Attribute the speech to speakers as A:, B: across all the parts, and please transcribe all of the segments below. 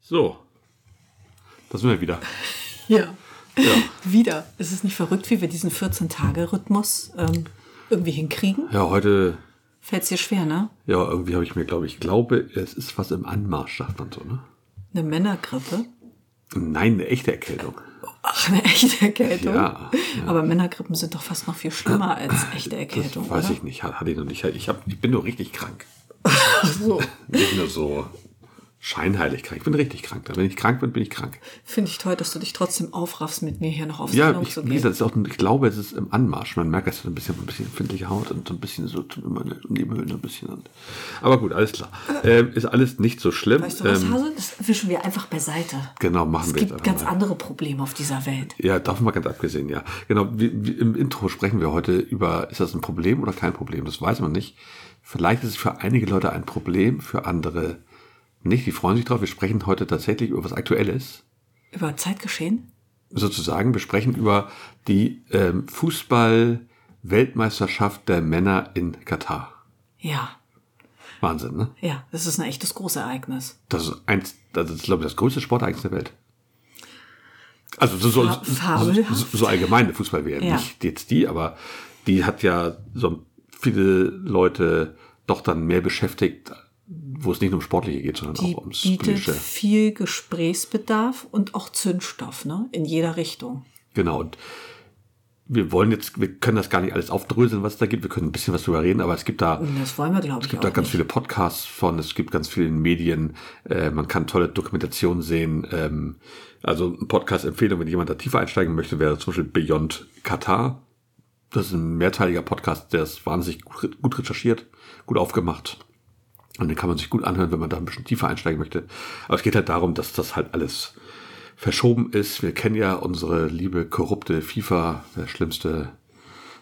A: So. Da sind wir wieder.
B: Ja. ja. Wieder. Ist es nicht verrückt, wie wir diesen 14-Tage-Rhythmus ähm, irgendwie hinkriegen?
A: Ja, heute,
B: Fällt es dir schwer, ne?
A: ja, irgendwie habe ich mir, glaube ich, glaube, es ist was im Anmarsch, sagt man so, ne?
B: Eine Männergrippe.
A: Nein, eine echte Erkältung.
B: Ach, eine echte Erkältung.
A: Ja,
B: Aber Männergrippen sind doch fast noch viel schlimmer als echte Erkältung.
A: das weiß
B: oder?
A: ich nicht, hat- hatte ich noch nicht. Ich, hab, ich bin nur richtig krank.
B: Ach so.
A: Nicht nur so scheinheilig krank. Ich bin richtig krank. Wenn ich krank bin, bin ich krank.
B: Finde ich toll, dass du dich trotzdem aufraffst, mit mir hier noch auf
A: Ja,
B: Sendung
A: ich,
B: zu
A: wie
B: gehen.
A: gesagt, es ist auch, ein- ich glaube, es ist im Anmarsch. Man merkt, es ist ein bisschen, ein bisschen empfindliche Haut und so ein bisschen so tut immer eine Nebenhöhle ein bisschen. Und, aber gut, alles klar. Ähm, ist alles nicht so schlimm.
B: Äh. Weißt du was,
A: ähm,
B: Hase? Das wischen wir einfach beiseite.
A: genau, machen
B: Es
A: wir jetzt
B: gibt
A: einfach
B: ganz
A: mal.
B: andere Probleme auf dieser Welt.
A: Ja, davon mal ganz abgesehen, ja. Genau, wie, wie im Intro sprechen wir heute über, ist das ein Problem oder kein Problem? Das weiß man nicht. Vielleicht ist es für einige Leute ein Problem, für andere nicht. Die freuen sich drauf. Wir sprechen heute tatsächlich über was Aktuelles.
B: Über Zeitgeschehen?
A: sozusagen. Wir sprechen über die ähm, Fußball-Weltmeisterschaft der Männer in Katar.
B: Ja.
A: Wahnsinn, ne?
B: Ja, das ist ein echtes Großereignis.
A: Das ist eins, das ist, glaube ich, das größte Sportereignis der Welt. Also so, so,
B: Fa-
A: so,
B: fabelhaft.
A: so, so allgemeine Fußball-WM,
B: Ja.
A: nicht jetzt die, aber die hat ja so viele Leute doch dann mehr beschäftigt, wo es nicht nur um Sportliche geht, sondern
B: Die
A: auch ums
B: bietet
A: Politische.
B: viel Gesprächsbedarf und auch Zündstoff, ne? In jeder Richtung.
A: Genau. Und wir wollen jetzt, wir können das gar nicht alles aufdröseln, was es da gibt. Wir können ein bisschen was drüber reden, aber es gibt da
B: Und das wollen wir, glaube ich,
A: Es gibt da
B: auch
A: ganz
B: nicht.
A: viele Podcasts von, es gibt ganz viele Medien, äh, man kann tolle Dokumentationen sehen. Ähm, also ein Podcast-Empfehlung, wenn jemand da tiefer einsteigen möchte, wäre zum Beispiel Beyond Katar. Das ist ein mehrteiliger Podcast, der ist wahnsinnig gut, gut recherchiert, gut aufgemacht. Und den kann man sich gut anhören, wenn man da ein bisschen tiefer einsteigen möchte. Aber es geht halt darum, dass das halt alles verschoben ist. Wir kennen ja unsere liebe korrupte FIFA, der schlimmste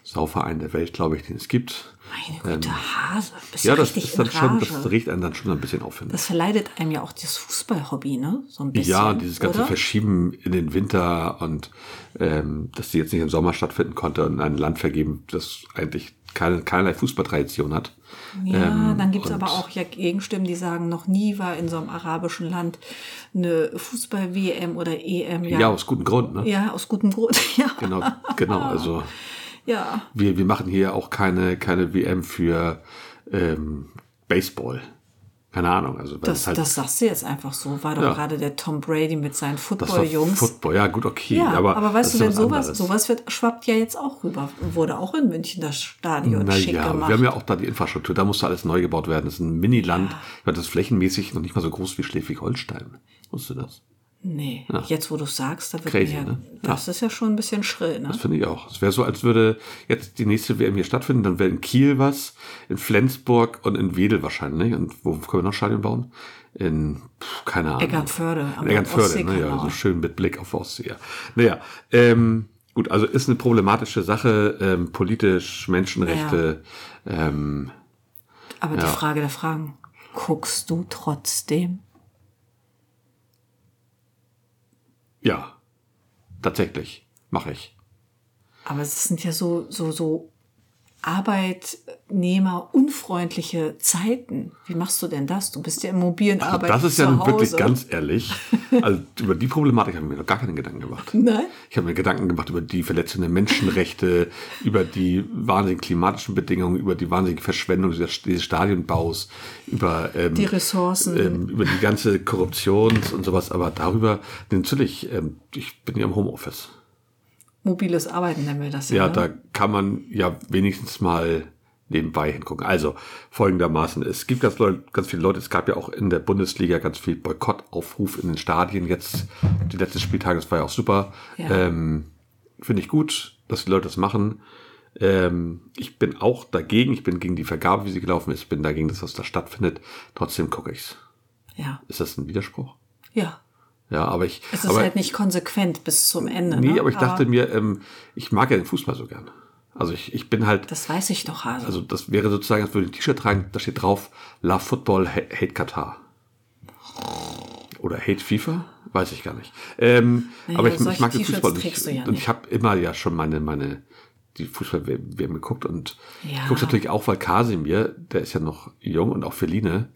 A: Sauverein der Welt, glaube ich, den es gibt.
B: Meine Güte, Hase. Bist
A: Ja,
B: du
A: das
B: richtig
A: ist dann
B: in
A: schon,
B: Rage.
A: das riecht einen dann schon ein bisschen auf, finde ich.
B: Das verleidet einem ja auch das Fußballhobby, ne? So ein bisschen.
A: Ja, und dieses ganze
B: oder?
A: Verschieben in den Winter und ähm, dass die jetzt nicht im Sommer stattfinden konnte und ein Land vergeben, das eigentlich keine, keinerlei Fußballtradition hat.
B: Ja, dann gibt's
A: ähm, und-
B: aber auch ja Gegenstimmen, die sagen, noch nie war in so einem arabischen Land eine Fußball-WM oder EM.
A: Ja, aus gutem Grund, ne?
B: ja, aus gutem Grund. Ja,
A: Genau, genau. Also
B: ja.
A: wir, wir machen hier auch keine, keine WM für ähm, Baseball. Keine Ahnung. Also weil
B: Das,
A: es halt
B: das sagst du jetzt einfach so. War doch
A: Ja.
B: gerade der Tom Brady mit seinen
A: das war
B: Football-Jungs.
A: Football, ja gut, okay.
B: Ja, aber,
A: aber,
B: weißt du,
A: das
B: wenn
A: ist ja was
B: sowas,
A: anderes.
B: sowas wird, schwappt ja jetzt auch rüber. Wurde auch in München das Stadion schick
A: Naja, wir
B: gemacht.
A: haben ja auch da die Infrastruktur, da musste alles neu gebaut werden. Das ist ein Miniland. Ich meine, das ist flächenmäßig noch nicht mal so groß wie Schleswig-Holstein. Wusstest du das?
B: nee, jetzt wo du sagst, da wird
A: Crazy,
B: mir ja,
A: ne? Ja.
B: das ist ja schon ein bisschen schrill, ne?
A: Das finde ich auch. Es wäre so, als würde jetzt die nächste WM hier stattfinden, dann wäre in Kiel was, in Flensburg und in Wedel wahrscheinlich. ne? Und wo können wir noch ein Stadion bauen? In, pff, keine Ahnung.
B: Eckernförde, am
A: In Eckernförde, ne,
B: Ostseekanal.
A: ja, so schön mit Blick auf Ostsee. Ja. Naja, ähm, gut, also ist eine problematische Sache, ähm, politisch, Menschenrechte, ähm,
B: Aber die Frage der Fragen, guckst du trotzdem?
A: ja, tatsächlich, mache ich.
B: Aber es sind ja so, so, so arbeitnehmerunfreundliche Zeiten. Wie machst du denn das? Du bist ja im mobilen Arbeiten
A: das ist
B: zu
A: ja nun
B: Hause.
A: wirklich ganz ehrlich. Also über die Problematik haben wir noch gar keine Gedanken gemacht.
B: Nein?
A: Ich habe mir Gedanken gemacht über die Verletzung der Menschenrechte, über die wahnsinnigen klimatischen Bedingungen, über die wahnsinnige Verschwendung dieses dieses Stadionbaus, über ähm,
B: Die Ressourcen.
A: ähm, über die ganze Korruption und sowas. Aber darüber natürlich, ähm, ich bin ja im Homeoffice.
B: Mobiles Arbeiten nennen wir das ja.
A: Ja,
B: ne?
A: da kann man ja wenigstens mal nebenbei hingucken. Also folgendermaßen, es gibt ganz, Leu- ganz viele Leute, es gab ja auch in der Bundesliga ganz viel Boykottaufruf in den Stadien jetzt, die letzten Spieltage, das war ja auch super.
B: Ja.
A: Ähm, Finde ich gut, dass die Leute das machen. Ähm, ich bin auch dagegen, ich bin gegen die Vergabe, wie sie gelaufen ist, bin dagegen, dass das da stattfindet. Trotzdem gucke ich's.
B: ja.
A: Ist das ein Widerspruch?
B: Ja.
A: Ja, aber ich.
B: Es ist
A: aber,
B: halt nicht konsequent bis zum Ende.
A: nee,
B: ne?
A: aber ich dachte mir, ähm, ich mag ja den Fußball so gern. Also ich, ich bin halt.
B: Das weiß ich doch, Hase.
A: Also das wäre sozusagen, als würde ich ein T-Shirt tragen, da steht drauf, Love Football, ha- Hate Katar. Oder Hate FIFA? Weiß ich gar nicht. Ähm,
B: Naja,
A: aber ich, ich
B: solche
A: mag den
B: T-Shirts
A: Fußball nicht.
B: trägst du ja
A: und
B: nicht.
A: ich habe immer ja schon meine, meine die Fußball WM geguckt und
B: Ja.
A: ich gucke natürlich auch, weil Kasimir, der ist ja noch jung und auch Feline,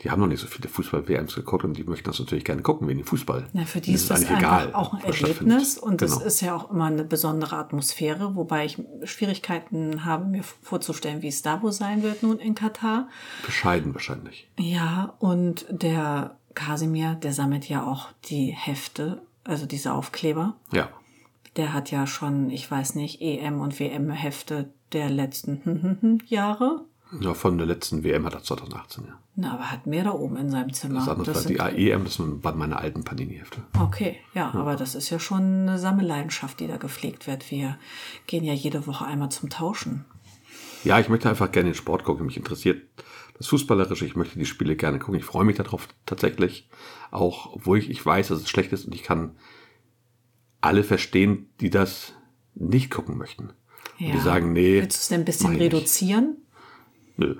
A: die haben noch nicht so viele Fußball-WMs geguckt und die möchten das natürlich gerne gucken wegen dem Fußball.
B: Na, für die ist das,
A: eigentlich
B: einfach auch ein
A: wo es
B: Erlebnis
A: stattfindet.
B: und das
A: Genau.
B: ist ja auch immer eine besondere Atmosphäre, wobei ich Schwierigkeiten habe, mir vorzustellen, wie es da wohl sein wird nun in Katar.
A: bescheiden wahrscheinlich.
B: Ja, und der Kasimir, der sammelt ja auch die Hefte, also diese Aufkleber.
A: Ja.
B: Der hat ja schon, ich weiß nicht, EM und WM-Hefte der letzten Jahre.
A: ja. Von der letzten WM hat er 2018, ja.
B: Na, aber hat mehr da oben in seinem Zimmer.
A: Das andere war
B: sind-
A: die E, AEM, das waren meine alten Panini-Hefte.
B: Okay, ja, aber das ist ja schon eine Sammelleidenschaft, die da gepflegt wird. Wir gehen ja jede Woche einmal zum Tauschen.
A: Ja, ich möchte einfach gerne den Sport gucken. Mich interessiert das Fußballerische. Ich möchte die Spiele gerne gucken. Ich freue mich darauf tatsächlich. Auch obwohl ich, ich weiß, dass es schlecht ist und ich kann alle verstehen, die das nicht gucken möchten. Und
B: Ja.
A: die sagen, nee.
B: Willst du es denn ein
A: mach
B: bisschen
A: ich nicht.
B: reduzieren?
A: Nö.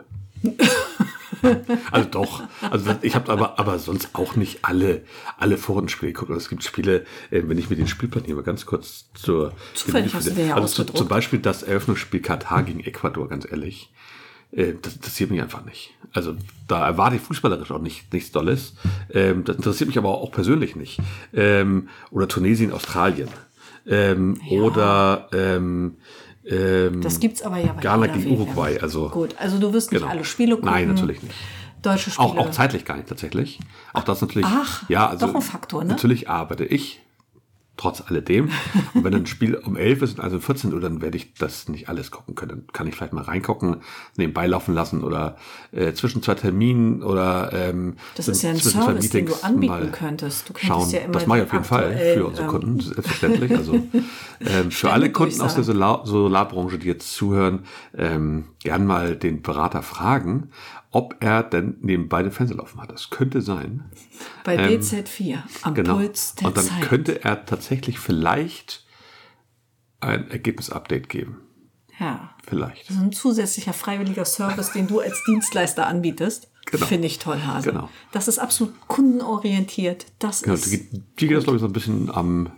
A: also doch. Also ich habe aber, aber sonst auch nicht alle, alle Vorrundenspiele geguckt. Und es gibt Spiele, äh, wenn ich mir den Spielplan hier mal ganz kurz zur
B: Zufällig hast du den ja
A: Also zu,
B: ausgedruckt.
A: zum Beispiel das Eröffnungsspiel Katar gegen Ecuador, ganz ehrlich. Äh, Das interessiert mich einfach nicht. Also da erwarte ich fußballerisch auch nicht, nichts Dolles. Ähm, das interessiert mich aber auch persönlich nicht. Ähm, oder Tunesien, Australien. Ähm, Oder ähm, ähm,
B: Das gibt's aber ja bei
A: Ghana
B: jeder
A: gegen
B: WM.
A: Uruguay, also-
B: Gut, also du wirst nicht
A: Genau.
B: alle Spiele gucken.
A: Nein, natürlich nicht.
B: Deutsche Spiele.
A: Auch, auch zeitlich gar nicht tatsächlich. Auch das natürlich.
B: Ach,
A: ja, also
B: doch ein Faktor, ne?
A: Natürlich arbeite ich trotz alledem. Und wenn ein Spiel um 11 ist und also um 14 Uhr, dann werde ich das nicht alles gucken können. Dann kann ich vielleicht mal reingucken, nebenbei laufen lassen oder äh, zwischen zwei Terminen oder ähm,
B: Das
A: zw-
B: ist ja ein
A: zwischen zwei
B: Service, den
A: Meetings
B: du anbieten
A: mal
B: könntest. Du könntest
A: schauen.
B: ja immer
A: das mache ich auf jeden Fall
B: aktuell,
A: für unsere
B: ähm,
A: Kunden, selbstverständlich. Also ähm, für alle Kunden aus der Solar Solarbranche, die jetzt zuhören, ähm, gern mal den Berater fragen, ob er denn nebenbei den Fernseher laufen hat. Das könnte sein.
B: Bei
A: Ähm,
B: DZ4 am
A: Genau.
B: Puls der
A: Und dann
B: Zeit.
A: könnte er tatsächlich vielleicht ein Ergebnisupdate geben.
B: ja.
A: Vielleicht.
B: Das ist ein zusätzlicher freiwilliger Service, den du als Dienstleister anbietest.
A: Genau.
B: Finde ich toll, Hase.
A: Genau.
B: Das ist absolut kundenorientiert. Das
A: Genau,
B: ist,
A: die, geht- die geht das, glaube ich, so ein bisschen am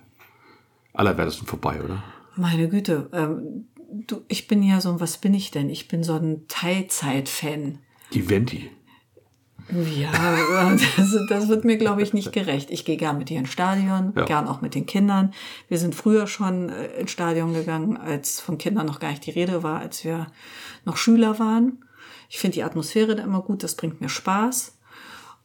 A: allerwertesten vorbei, oder?
B: meine Güte, ähm, du, ich bin ja so ein, was bin ich denn? Ich bin so ein Teilzeit-Fan.
A: Eventi.
B: Ja, das, das wird mir, glaube ich, nicht gerecht. Ich gehe gern mit dir ins Stadion,
A: Ja.
B: gern auch mit den Kindern. Wir sind früher schon äh, ins Stadion gegangen, als von Kindern noch gar nicht die Rede war, als wir noch Schüler waren. Ich finde die Atmosphäre da immer gut, das bringt mir Spaß.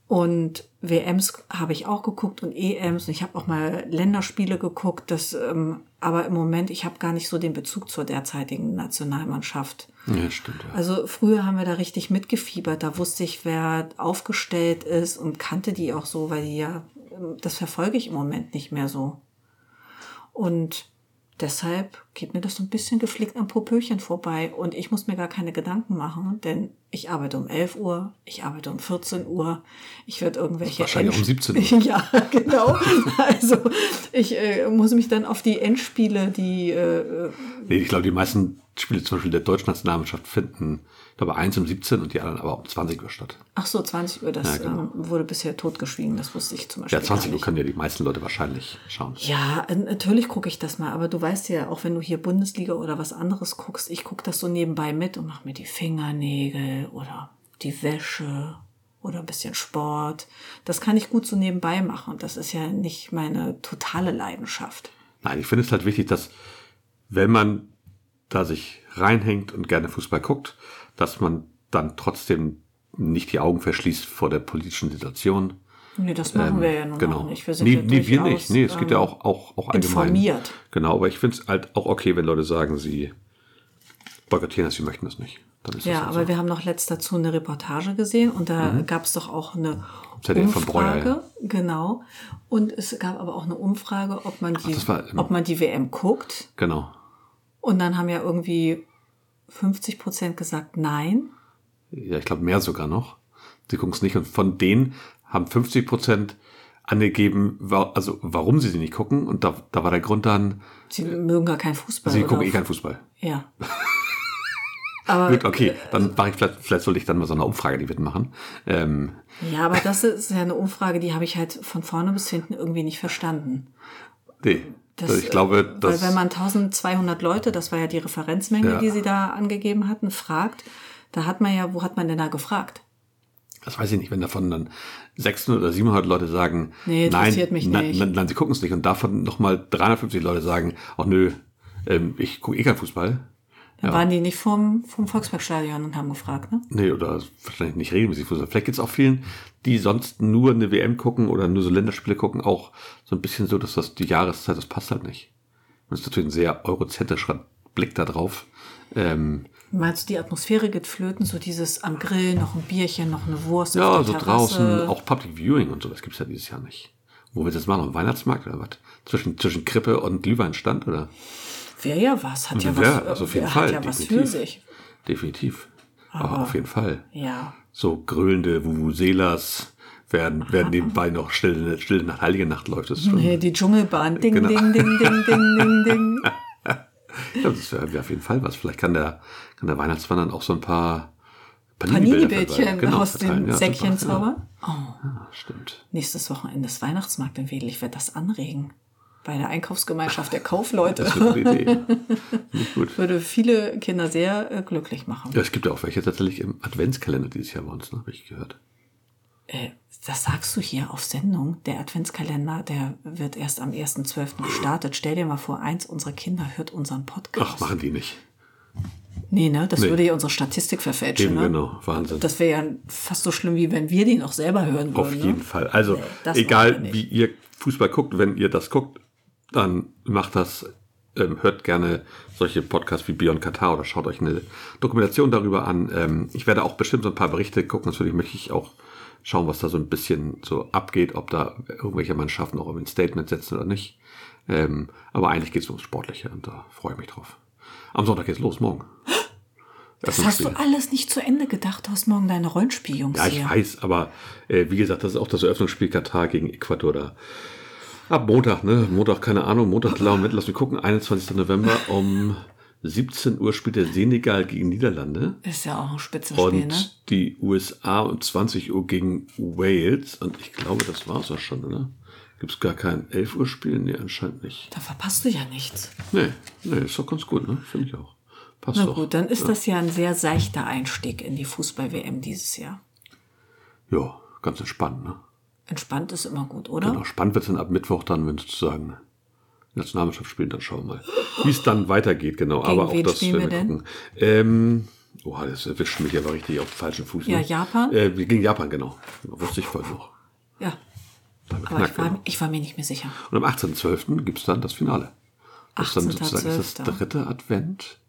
B: Und WMs habe ich auch geguckt und EMs und ich habe auch mal Länderspiele geguckt. Das, ähm, aber im Moment, ich habe gar nicht so den Bezug zur derzeitigen Nationalmannschaft.
A: Ja, stimmt. Ja.
B: Also früher haben wir da richtig mitgefiebert. Da wusste ich, wer aufgestellt ist und kannte die auch so, weil die ja, das verfolge ich im Moment nicht mehr so. Und deshalb geht mir das so ein bisschen geflickt am Popöchen vorbei und ich muss mir gar keine Gedanken machen, denn ich arbeite um 11 Uhr, ich arbeite um 14 Uhr, ich werde irgendwelche...
A: Wahrscheinlich auch um
B: Endst-
A: 17 Uhr.
B: ja, genau. Also ich äh, muss mich dann auf die Endspiele, die äh,
A: Nee, ich glaube, die meisten Spiele zum Beispiel der deutschen Nationalmannschaft finden, ich glaube, eins um 17 und die anderen aber um 20 Uhr statt.
B: Ach so, 20 Uhr,
A: Ja,
B: das
A: genau.
B: ähm, wurde bisher totgeschwiegen, das wusste ich zum Beispiel.
A: Ja, 20
B: gar
A: Uhr
B: nicht.
A: können ja die meisten Leute wahrscheinlich schauen.
B: Ja, äh, natürlich gucke ich das mal, aber du weißt ja, auch wenn du hier Bundesliga oder was anderes guckst, ich gucke das so nebenbei mit und mache mir die Fingernägel oder die Wäsche oder ein bisschen Sport. Das kann ich gut so nebenbei machen. Das ist ja nicht meine totale Leidenschaft.
A: Nein, ich finde es halt wichtig, dass wenn man da sich reinhängt und gerne Fußball guckt, dass man dann trotzdem nicht die Augen verschließt vor der politischen Situation.
B: Nee, das machen wir ja nun
A: genau.
B: auch nicht. Wir sind
A: Nee,
B: ja
A: nee wir
B: durchaus,
A: nicht. Nee, es geht ja
B: ähm,
A: auch, auch, auch allgemein.
B: informiert.
A: Genau, aber ich finde es halt auch okay, wenn Leute sagen, sie boykottieren das, sie möchten das nicht. Dann ist Mhm.
B: Ja,
A: das halt
B: aber wir haben noch letzt dazu eine Reportage gesehen und da gab es doch auch eine
A: ZDF von
B: Umfrage.
A: Breuer, ja.
B: Genau. Und es gab aber auch eine Umfrage, ob man die,
A: das war im-
B: ob man die WM guckt.
A: Genau.
B: Und dann haben ja irgendwie 50 Prozent gesagt Nein.
A: ja, ich glaube mehr sogar noch. Sie gucken es nicht. Und von denen haben 50 Prozent angegeben, wa also warum sie sie nicht gucken. Und da, da war der Grund dann,
B: Sie mögen gar keinen Fußball.
A: Äh, sie
B: oder?
A: gucken eh keinen Fußball.
B: Ja.
A: Gut, okay, dann mache ich vielleicht, vielleicht sollte ich dann mal so eine Umfrage, die wir machen. Ähm,
B: ja, aber das ist ja eine Umfrage, die habe ich halt von vorne bis hinten irgendwie nicht verstanden.
A: nee,
B: Das,
A: Also ich glaube,
B: äh,
A: dass
B: weil wenn man 1200 Leute, das war ja die Referenzmenge,
A: Ja.
B: die sie da angegeben hatten, fragt, da hat man ja, wo hat man denn da gefragt?
A: das weiß ich nicht, wenn davon dann 600 oder 700 Leute sagen,
B: Nee,
A: nein,
B: interessiert mich
A: nein,
B: nicht.
A: nein, nein, sie gucken es nicht und davon nochmal 350 Leute sagen, ach nö, ähm, ich gucke eh keinen Fußball.
B: Dann waren die nicht vom, vom Volksparkstadion und haben gefragt, ne?
A: Nee, oder wahrscheinlich nicht regelmäßig Fußball. Vielleicht gibt es auch vielen, die sonst nur eine WM gucken oder nur so Länderspiele gucken, auch so ein bisschen so, dass das die Jahreszeit, das passt halt nicht. Das ist natürlich ein sehr eurozentrischer Blick da drauf. Ähm,
B: Meinst du, die Atmosphäre geht flöten, so dieses am Grill, noch ein Bierchen, noch eine Wurst
A: ja,
B: auf
A: so
B: der Terrasse?
A: draußen, auch Public Viewing und sowas gibt es ja dieses Jahr nicht. Wo wir das machen, am Weihnachtsmarkt oder was? Zwischen, zwischen Krippe und Glühweinstand, oder?
B: Wer ja was, hat ja,
A: Ja,
B: was,
A: also auf
B: äh,
A: jeden
B: hat
A: Fall,
B: ja was für
A: definitiv.
B: sich.
A: Definitiv. Aber
B: Aber-
A: auf jeden Fall.
B: Ja,
A: So grölende Vuvuzelas werden, werden nebenbei noch still, still nach Heilige Nacht läuft. Das ist schon
B: nee, die Dschungelbahn, ding,
A: Genau.
B: ding, ding, ding, ding, ding, ding.
A: Ja, das wäre wär auf jeden Fall was. Vielleicht kann der, kann der Weihnachtsmann dann auch so ein paar
B: Panini-Bildchen
A: Genau,
B: aus
A: verteilen.
B: den
A: Ja,
B: Säckchen
A: super,
B: zaubern. Oh.
A: Ja, Ah, stimmt.
B: Nächstes Wochenende ist Weihnachtsmarkt in Wedel. Ich werde das anregen. Bei der Einkaufsgemeinschaft der Kaufleute.
A: Das ist eine gute Idee. Nicht gut.
B: Würde viele Kinder sehr äh, glücklich machen.
A: Ja, es gibt ja auch welche tatsächlich im Adventskalender dieses Jahr bei uns, ne, habe ich gehört.
B: Äh, das sagst du hier auf Sendung. Der Adventskalender, der wird erst am 1.12. gestartet. Stell dir mal vor, eins unserer Kinder hört unseren Podcast.
A: Ach, machen die nicht.
B: Nee, ne? Das
A: Nee.
B: würde ja unsere Statistik verfälschen.
A: Eben,
B: ne?
A: genau. Wahnsinn.
B: Das wäre ja fast so schlimm, wie wenn wir die noch selber hören würden.
A: auf
B: ne?
A: jeden Fall. Also,
B: Nee, das machen wir
A: egal wie
B: nicht.
A: ihr Fußball guckt, wenn ihr das guckt, dann macht das, ähm, hört gerne solche Podcasts wie Beyond Katar oder schaut euch eine Dokumentation darüber an. Ähm, ich werde auch bestimmt so ein paar Berichte gucken. Natürlich möchte ich auch schauen, was da so ein bisschen so abgeht, ob da irgendwelche Mannschaften auch irgendwie ein Statement setzen oder nicht. Ähm, aber eigentlich geht es ums Sportliche und da freue ich mich drauf. Am Sonntag geht's los, morgen.
B: Das
A: Erstmal
B: hast du
A: Spiel.
B: alles nicht zu Ende gedacht. Du hast morgen deine Rollenspieljungs
A: Ja, ich
B: hier.
A: weiß, aber äh, wie gesagt, das ist auch das Eröffnungsspiel Katar gegen Ecuador da. Ab Montag, ne? Montag, keine Ahnung, Montag, klar, Moment, lass mich gucken. 21. November um 17 Uhr spielt der Senegal gegen Niederlande
B: Ist ja auch ein Spitzenspiel,
A: und
B: ne?
A: die USA um 20 Uhr gegen Wales. Und ich glaube, das war's auch schon, ne? Gibt's gar kein 11 Uhr Spiel? Nee, anscheinend nicht.
B: Da verpasst du ja nichts.
A: Nee, nee, ist doch ganz gut, ne? Finde ich auch. Passt
B: Na
A: doch.
B: gut, dann ist das ja ein sehr seichter Einstieg in die Fußball-WM dieses Jahr.
A: Ja, ganz entspannt, ne?
B: Entspannt ist immer gut, oder?
A: Genau, spannend wird es dann ab Mittwoch dann, wenn sozusagen die Nationalmannschaft spielt, dann schauen wir mal, wie es dann weitergeht, genau.
B: Gegen
A: aber auch
B: wen
A: das
B: spielen
A: werden
B: wir
A: wir
B: denn?
A: gucken. Ähm, oha, das erwischt mich aber richtig auf den falschen Fuß.
B: Ja, Japan?
A: Äh, gegen Japan, genau. Wusste ich vorhin noch.
B: Ja,
A: Da haben wir
B: aber ich
A: knackt,
B: war,
A: genau.
B: ich war mir nicht mehr sicher.
A: Und am 18.12. gibt es dann das Finale. Das ist dann sozusagen ist das
B: 18.12..
A: dritte Advent.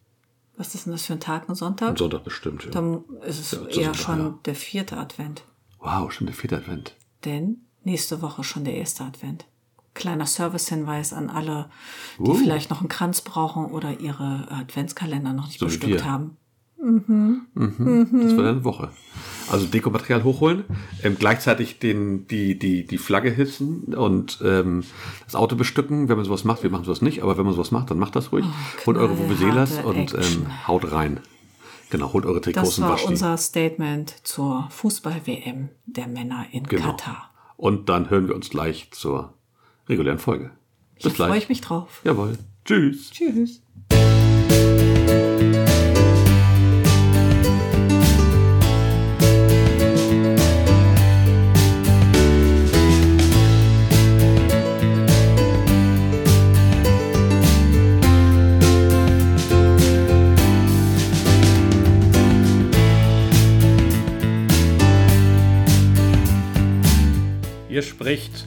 B: Was ist denn das für ein Tag, ein
A: Am
B: Sonntag?
A: Sonntag bestimmt, ja.
B: Dann ist es
A: Ja,
B: eher
A: Sonntag,
B: schon
A: ja.
B: der vierte Advent.
A: Wow, schon der vierte Advent.
B: Denn nächste Woche schon der erste Advent. Kleiner Servicehinweis an alle, die
A: Uh.
B: vielleicht noch einen Kranz brauchen oder ihre Adventskalender noch nicht
A: So wie wir.
B: bestückt haben.
A: Das
B: Mhm.
A: wird eine Woche. Also Dekomaterial hochholen, ähm, gleichzeitig den, die, die, die Flagge hissen und ähm, das Auto bestücken, wenn man sowas macht. Wir machen sowas nicht, aber wenn man sowas macht, dann macht das ruhig. holt eure Vuvuzelas
B: knallharte
A: und
B: Oh, Action.
A: ähm, haut rein. Genau, holt eure Trikots
B: Das
A: und
B: war
A: wascht die.
B: unser Statement zur Fußball-WM der Männer in
A: Genau.
B: Katar.
A: Und dann hören wir uns gleich zur regulären Folge. Bis
B: Da freue
A: gleich.
B: ich mich drauf.
A: Jawohl. Tschüss.
B: Tschüss.
C: Hier spricht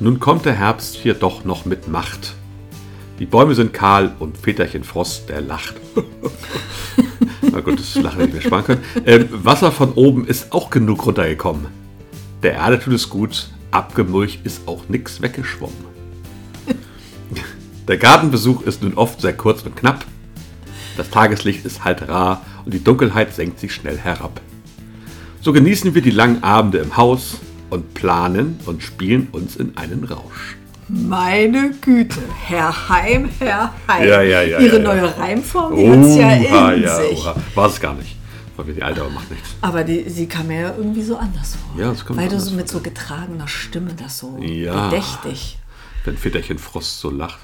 A: Nun kommt der Herbst hier doch noch mit Macht. Die Bäume sind kahl und Väterchen Frost, der lacht. Na gut, das Lachen hätte ich mir sparen können. Ähm, Wasser von oben ist auch genug runtergekommen. Der Erde tut es gut, abgemulcht ist auch nix weggeschwommen. Der Gartenbesuch ist nun oft sehr kurz und knapp. Das Tageslicht ist halt rar und die Dunkelheit senkt sich schnell herab. So genießen wir die langen Abende im Haus und planen und spielen uns in einen Rausch.
B: Meine Güte, Herr Heim, Herr Heim.
A: Ja, ja, ja,
B: Ihre
A: ja, ja.
B: neue Reimform, die hat's ja in
A: Oha, ja,
B: sich.
A: oha. War es gar nicht. War mir die alte, aber macht nichts.
B: Aber die, sie kam mir ja irgendwie so anders vor.
A: Ja, das kommt
B: Weil du
A: anders
B: so mit so getragener Stimme das so
A: Ja.
B: bedächtig.
A: Wenn Väterchen Frost so lacht.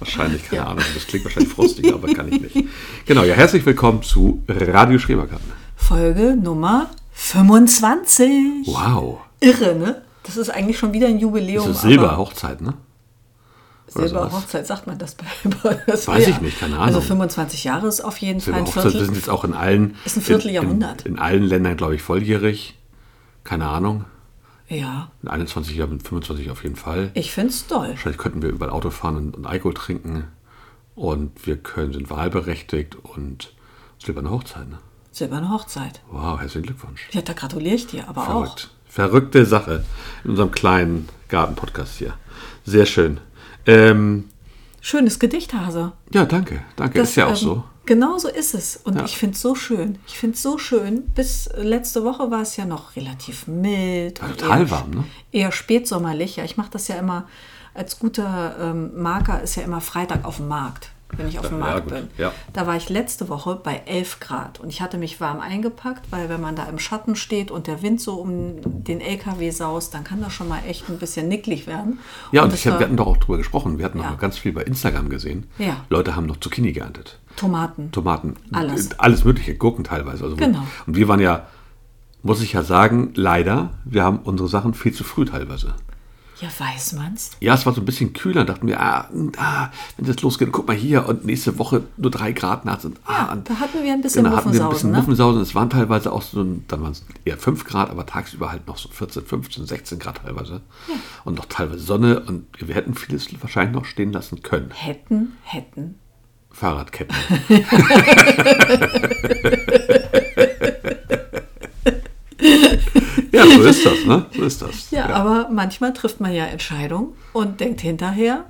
A: wahrscheinlich, keine Ahnung. Das klingt wahrscheinlich frostig, aber kann ich nicht. Genau, ja, herzlich willkommen zu Radio Schrebergarten.
B: Folge Nummer 25.
A: Wow.
B: Irre, ne? Das ist eigentlich schon wieder ein Jubiläum.
A: Das ist
B: aber-
A: Silberhochzeit, ne? Oder
B: Silber
A: sowas.
B: Hochzeit sagt man das bei bei- das
A: Weiß
B: ja.
A: ich nicht, keine
B: Also
A: Ahnung.
B: 25 Jahre ist auf jeden Fall ein
A: Silberhochzeit
B: Viertel.
A: sind jetzt auch in allen.
B: Ist ein Vierteljahrhundert.
A: In, in, in allen Ländern, glaube ich, volljährig. Keine Ahnung.
B: Ja,
A: In 21 Jahren, in 25 auf jeden Fall.
B: ich find's toll.
A: Wahrscheinlich könnten wir überall Auto fahren und, und Alkohol trinken. Und wir können, sind wahlberechtigt und silberne Hochzeit. Ne?
B: Silberne Hochzeit.
A: Wow, herzlichen Glückwunsch.
B: Ja, da gratuliere ich dir, aber auch.
A: Verrückt. Verrückte Sache in unserem kleinen Garten-Podcast hier. Sehr schön. Ähm,
B: Schönes Gedicht, Hase.
A: ja, danke. Danke. ist ja auch
B: ähm,
A: so.
B: Genau so ist es. Und
A: Ja.
B: ich finde es so schön. Ich finde es so schön. Bis letzte Woche war es ja noch relativ mild. und
A: total
B: eher,
A: warm, ne?
B: Eher spätsommerlich. Ja, ich mache das ja immer als guter ähm, Marker, ist ja immer Freitag auf dem Markt, wenn ich auf dem
A: Ja,
B: Markt
A: gut,
B: bin.
A: ja.
B: Da war ich letzte Woche bei 11 Grad und ich hatte mich warm eingepackt, weil wenn man da im Schatten steht und der Wind so um den LKW saust, dann kann das schon mal echt ein bisschen nicklig werden.
A: Ja, und
B: das
A: ich hab,
B: war
A: wir hatten doch auch drüber gesprochen. Wir hatten
B: Ja.
A: noch ganz viel bei Instagram gesehen.
B: Ja.
A: Leute haben noch Zucchini geerntet.
B: Tomaten.
A: Tomaten.
B: Alles.
A: äh, Alles Mögliche. Gurken teilweise. Also
B: Genau.
A: Und wir waren ja, muss ich ja sagen, leider, wir haben unsere Sachen viel zu früh teilweise.
B: Ja, weiß man's.
A: Ja, es war so ein bisschen kühler. Dachten wir, ah, mh, ah wenn das losgeht, guck mal hier. Und nächste Woche nur drei Grad nachts. Und, ah,
B: Ja,
A: und
B: da hatten wir ein bisschen
A: genau, hatten wir ein
B: Muffensausen,
A: bisschen
B: ne?
A: Muffensausen. Es waren teilweise auch so, ein- dann waren es eher 5 Grad, aber tagsüber halt noch so 14, 15, 16 Grad teilweise. Und noch teilweise Sonne. Und wir hätten vieles wahrscheinlich noch stehen lassen können.
B: Hätten, hätten.
A: Fahrradketten. ja, so ist das, ne? So ist das.
B: Ja, aber manchmal trifft man ja Entscheidungen und denkt hinterher,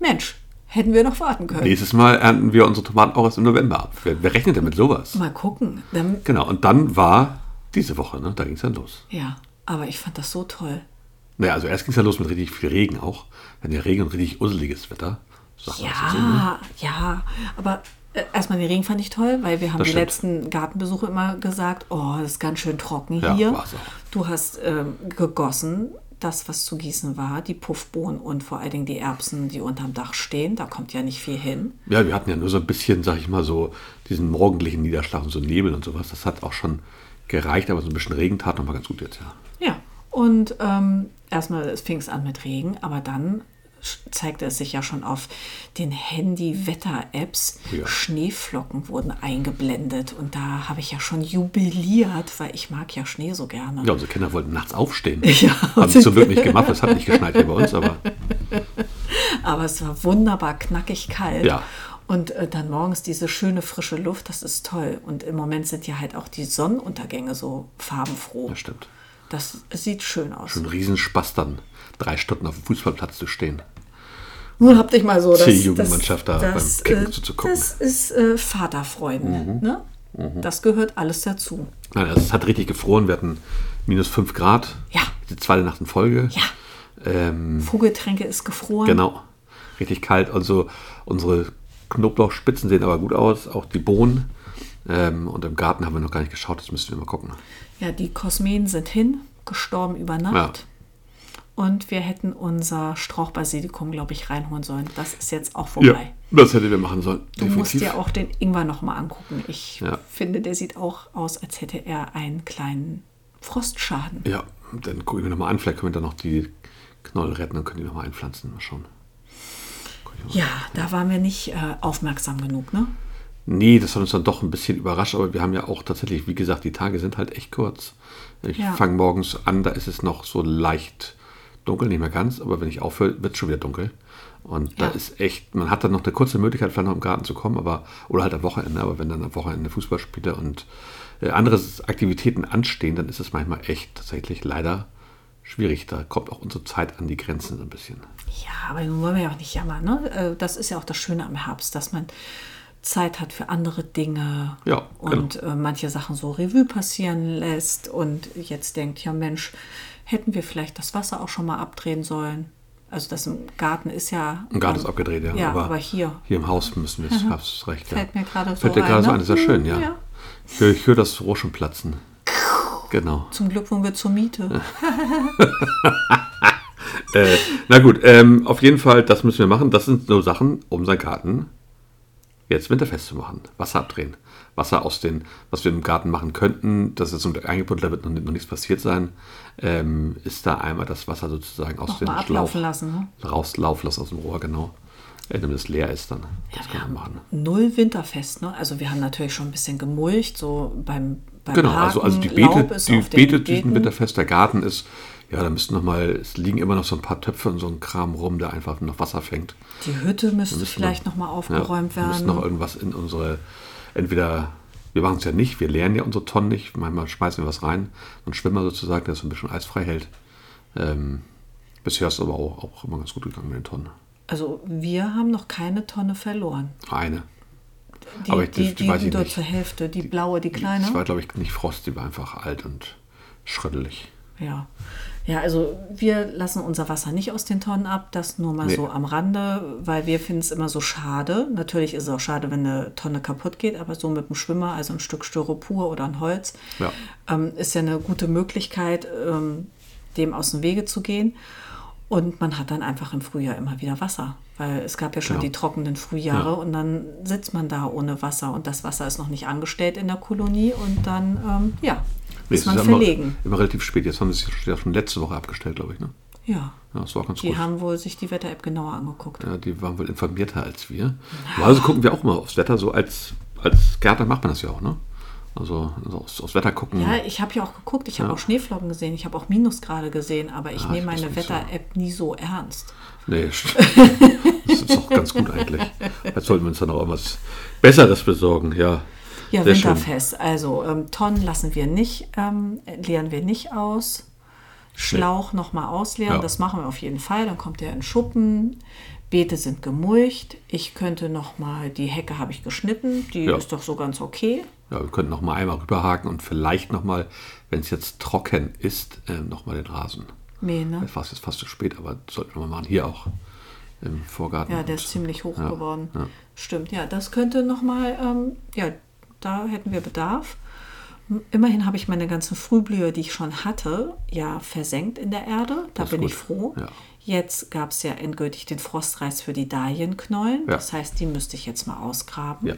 B: Mensch, hätten wir noch warten können.
A: Nächstes Mal ernten wir unsere Tomaten auch erst im November ab. Wer, wer rechnet denn mit sowas?
B: Mal gucken. Dann,
A: Genau, und dann war diese Woche, ne? Da ging es dann los.
B: ja, aber ich fand das so toll.
A: Naja, also erst ging es dann los mit richtig viel Regen auch. Dann ja Regen und richtig usseliges Wetter. Sagt man das so, ne?
B: Ja, ja, aber äh, erstmal den Regen fand ich toll, weil wir haben
A: Das
B: die
A: stimmt.
B: letzten Gartenbesuche immer gesagt, oh, das ist ganz schön trocken
A: Ja,
B: hier.
A: war's auch.
B: Du hast ähm, gegossen, das, was zu gießen war, die Puffbohnen und vor allen Dingen die Erbsen, die unterm Dach stehen, da kommt ja nicht viel hin.
A: Ja, wir hatten ja nur so ein bisschen, sag ich mal, so diesen morgendlichen Niederschlag und so Nebel und sowas. Das hat auch schon gereicht, aber so ein bisschen Regen tat nochmal ganz gut jetzt, ja.
B: Ja, und ähm, erstmal es fing es an mit Regen, aber dann sch- zeigte es sich ja schon auf den Handy-Wetter-Apps.
A: Ja.
B: Schneeflocken wurden eingeblendet und da habe ich ja schon jubiliert, weil ich mag ja Schnee so gerne.
A: Ja, unsere Kinder wollten nachts aufstehen.
B: Ja.
A: Haben es zum Glück nicht gemacht, es hat nicht geschneit hier bei uns, aber
B: Aber es war wunderbar knackig kalt.
A: Ja.
B: Und äh, dann morgens diese schöne frische Luft, das ist toll. Und im Moment sind ja halt auch die Sonnenuntergänge so farbenfroh.
A: das stimmt.
B: Das sieht schön aus.
A: Ein Riesenspaß dann, drei Stunden auf dem Fußballplatz zu stehen.
B: Nun habt ich mal so
A: Die Jugendmannschaft da beim Kicken
B: äh,
A: zuzugucken. Mhm.
B: Das ist äh, Vaterfreunde. Ne? Das gehört alles dazu.
A: Nein, also es hat richtig gefroren, wir hatten minus 5 Grad.
B: Ja.
A: Die zweite Nacht in Folge.
B: Ja,
A: Ähm,
B: Vogeltränke ist gefroren.
A: genau. Richtig kalt. Also unsere Knoblauchspitzen sehen aber gut aus, auch die Bohnen. Ähm, und im Garten haben wir noch gar nicht geschaut, das müssen wir mal gucken.
B: Ja, die Kosmeen sind hin, gestorben über Nacht. Und wir hätten unser Strauchbasilikum, glaube ich, reinholen sollen. Das ist jetzt auch vorbei.
A: Oh das hätten wir machen sollen.
B: Du musst dir auch den Ingwer nochmal angucken. Ich
A: Ja.
B: finde, der sieht auch aus, als hätte er einen kleinen Frostschaden.
A: Ja, dann gucken wir nochmal an. Vielleicht können wir dann noch die Knolle retten und können die nochmal einpflanzen. Mal schauen.
B: Ja, da waren wir nicht äh, aufmerksam genug, ne?
A: Nee, das hat uns dann doch ein bisschen überrascht, aber wir haben ja auch tatsächlich, wie gesagt, die Tage sind halt echt kurz. Ich
B: Ja.
A: fange morgens an, da ist es noch so leicht dunkel, nicht mehr ganz, aber wenn ich aufhöre, wird es schon wieder dunkel. Und da
B: Ja.
A: ist echt, man hat dann noch eine kurze Möglichkeit, vielleicht noch im Garten zu kommen, aber oder halt am Wochenende, aber wenn dann am Wochenende Fußballspiele und äh, andere Aktivitäten anstehen, dann ist es manchmal echt tatsächlich leider schwierig. Da kommt auch unsere Zeit an die Grenzen so ein bisschen.
B: Ja, aber nun wollen wir ja auch nicht jammern. Ne? Äh, Das ist ja auch das Schöne am Herbst, dass man Zeit hat für andere Dinge
A: Ja, genau.
B: und äh, manche Sachen so Revue passieren lässt und jetzt denkt, ja Mensch, hätten wir vielleicht das Wasser auch schon mal abdrehen sollen. Also das im Garten ist ja...
A: Ein Garten ist abgedreht, ja.
B: Ja, aber, hier. Mhm.
A: Hier im Haus müssen wir es, hast recht.
B: Fällt
A: ja.
B: mir gerade so
A: Fällt dir
B: ein,
A: gerade so
B: ne?
A: ein, ist ja schön, ja.
B: ja.
A: Ich höre, ich höre das Roschen platzen. Genau.
B: Zum Glück wohnen wir zur Miete.
A: Äh, na gut, ähm, auf jeden Fall, das müssen wir machen. Das sind so Sachen, um seinen Garten jetzt winterfest zu machen. Wasser abdrehen. Wasser aus den, was wir im Garten machen könnten, das ist unter eingebunden, da wird noch, ni- noch nichts passiert sein, ähm, ist da einmal das Wasser sozusagen aus dem
B: Nochmal
A: Schlauch
B: ablaufen lassen. Ne?
A: rauslaufen lassen aus dem Rohr, genau. Äh, damit es leer ist dann. Das können
B: wir
A: wir
B: haben
A: machen.
B: Null winterfest, ne? Also wir haben natürlich schon ein bisschen gemulcht, so beim, beim
A: Genau,
B: Haken,
A: also, also die
B: Laub
A: Beete,
B: ist
A: die
B: auf den
A: Beete diesen
B: Beeten.
A: Winter fest, der Garten ist, ja, da müssten noch mal, es liegen immer noch so ein paar Töpfe und so ein Kram rum, der einfach noch Wasser fängt.
B: Die Hütte müsste vielleicht nochmal
A: Ja,
B: aufgeräumt
A: wir müssen
B: werden.
A: noch irgendwas in unsere, entweder, wir machen es ja nicht, wir leeren ja unsere Tonnen nicht, manchmal schmeißen wir was rein, so ein Schwimmer sozusagen, der es so ein bisschen eisfrei hält. Ähm, bisher ist es aber auch, auch immer ganz gut gegangen mit den Tonnen.
B: also wir haben noch keine Tonne verloren.
A: Eine.
B: Die,
A: Aber ich-
B: die,
A: das-
B: die,
A: weiß ich
B: nur
A: nicht.
B: zur Hälfte, die, blaue, die kleine.
A: Das war, glaube ich, nicht Frost, die war einfach alt und schröddelig.
B: Ja. Ja, also wir lassen unser Wasser nicht aus den Tonnen ab, das nur mal
A: Nee.
B: so am Rande, weil wir finden es immer so schade. Natürlich ist es auch schade, wenn eine Tonne kaputt geht, aber so mit dem Schwimmer, also ein Stück Styropor oder ein Holz,
A: Ja.
B: ähm, ist ja eine gute Möglichkeit, ähm, dem aus dem Wege zu gehen. Und man hat dann einfach im Frühjahr immer wieder Wasser, weil es gab ja schon
A: Klar.
B: die trockenen Frühjahre
A: Ja.
B: und dann sitzt man da ohne Wasser und das Wasser ist noch nicht angestellt in der Kolonie und dann, ähm, ja, ist
A: es
B: man
A: ja
B: verlegen.
A: Immer, immer relativ spät. Jetzt haben sie es ja schon letzte Woche abgestellt, glaube ich. Ne?
B: Ja.
A: Ja, das war ganz
B: Die
A: gut.
B: haben wohl sich die Wetter-App genauer angeguckt.
A: Ja, die waren wohl informierter als wir. Aber Also gucken wir auch immer aufs Wetter, so als, als Gärtner macht man das ja auch, ne? Also, also aufs, aufs Wetter gucken.
B: Ja, ich habe ja auch geguckt, ich habe auch Schneeflocken gesehen, ich habe auch Minusgrade gesehen, aber ich nehme
A: ich weiß
B: meine
A: nicht so.
B: Wetter-App nie so ernst.
A: Nee, stimmt. das ist auch ganz gut eigentlich. Jetzt sollten wir uns dann auch irgendwas Besseres besorgen, ja.
B: Ja,
A: Sehr schön.
B: Winterfest. Also ähm, Tonnen lassen wir nicht, ähm, leeren wir nicht aus. Schlauch nochmal ausleeren,
A: Ja.
B: das machen wir auf jeden Fall. Dann kommt der in Schuppen. Beete sind gemulcht. Ich könnte nochmal, die Hecke habe ich geschnitten, die
A: Ja.
B: ist doch so ganz okay.
A: Ja, wir könnten nochmal einmal rüberhaken und vielleicht nochmal, wenn es jetzt trocken ist, ähm, nochmal den Rasen.
B: Nee, ne?
A: Das war jetzt fast zu spät, aber das sollten wir mal machen. Hier auch im Vorgarten.
B: Ja, der
A: Und-
B: ist ziemlich hoch
A: ja,
B: geworden.
A: ja.
B: Stimmt, ja, das könnte nochmal, ähm, ja, da hätten wir Bedarf. M- Immerhin habe ich meine ganzen Frühblüher, die ich schon hatte, ja versenkt in der Erde. Da
A: ist
B: bin
A: gut.
B: ich froh.
A: Ja.
B: Jetzt gab es ja endgültig den Frostreiz für die Dahlienknollen.
A: Ja.
B: Das heißt, die müsste ich jetzt mal ausgraben.
A: Ja,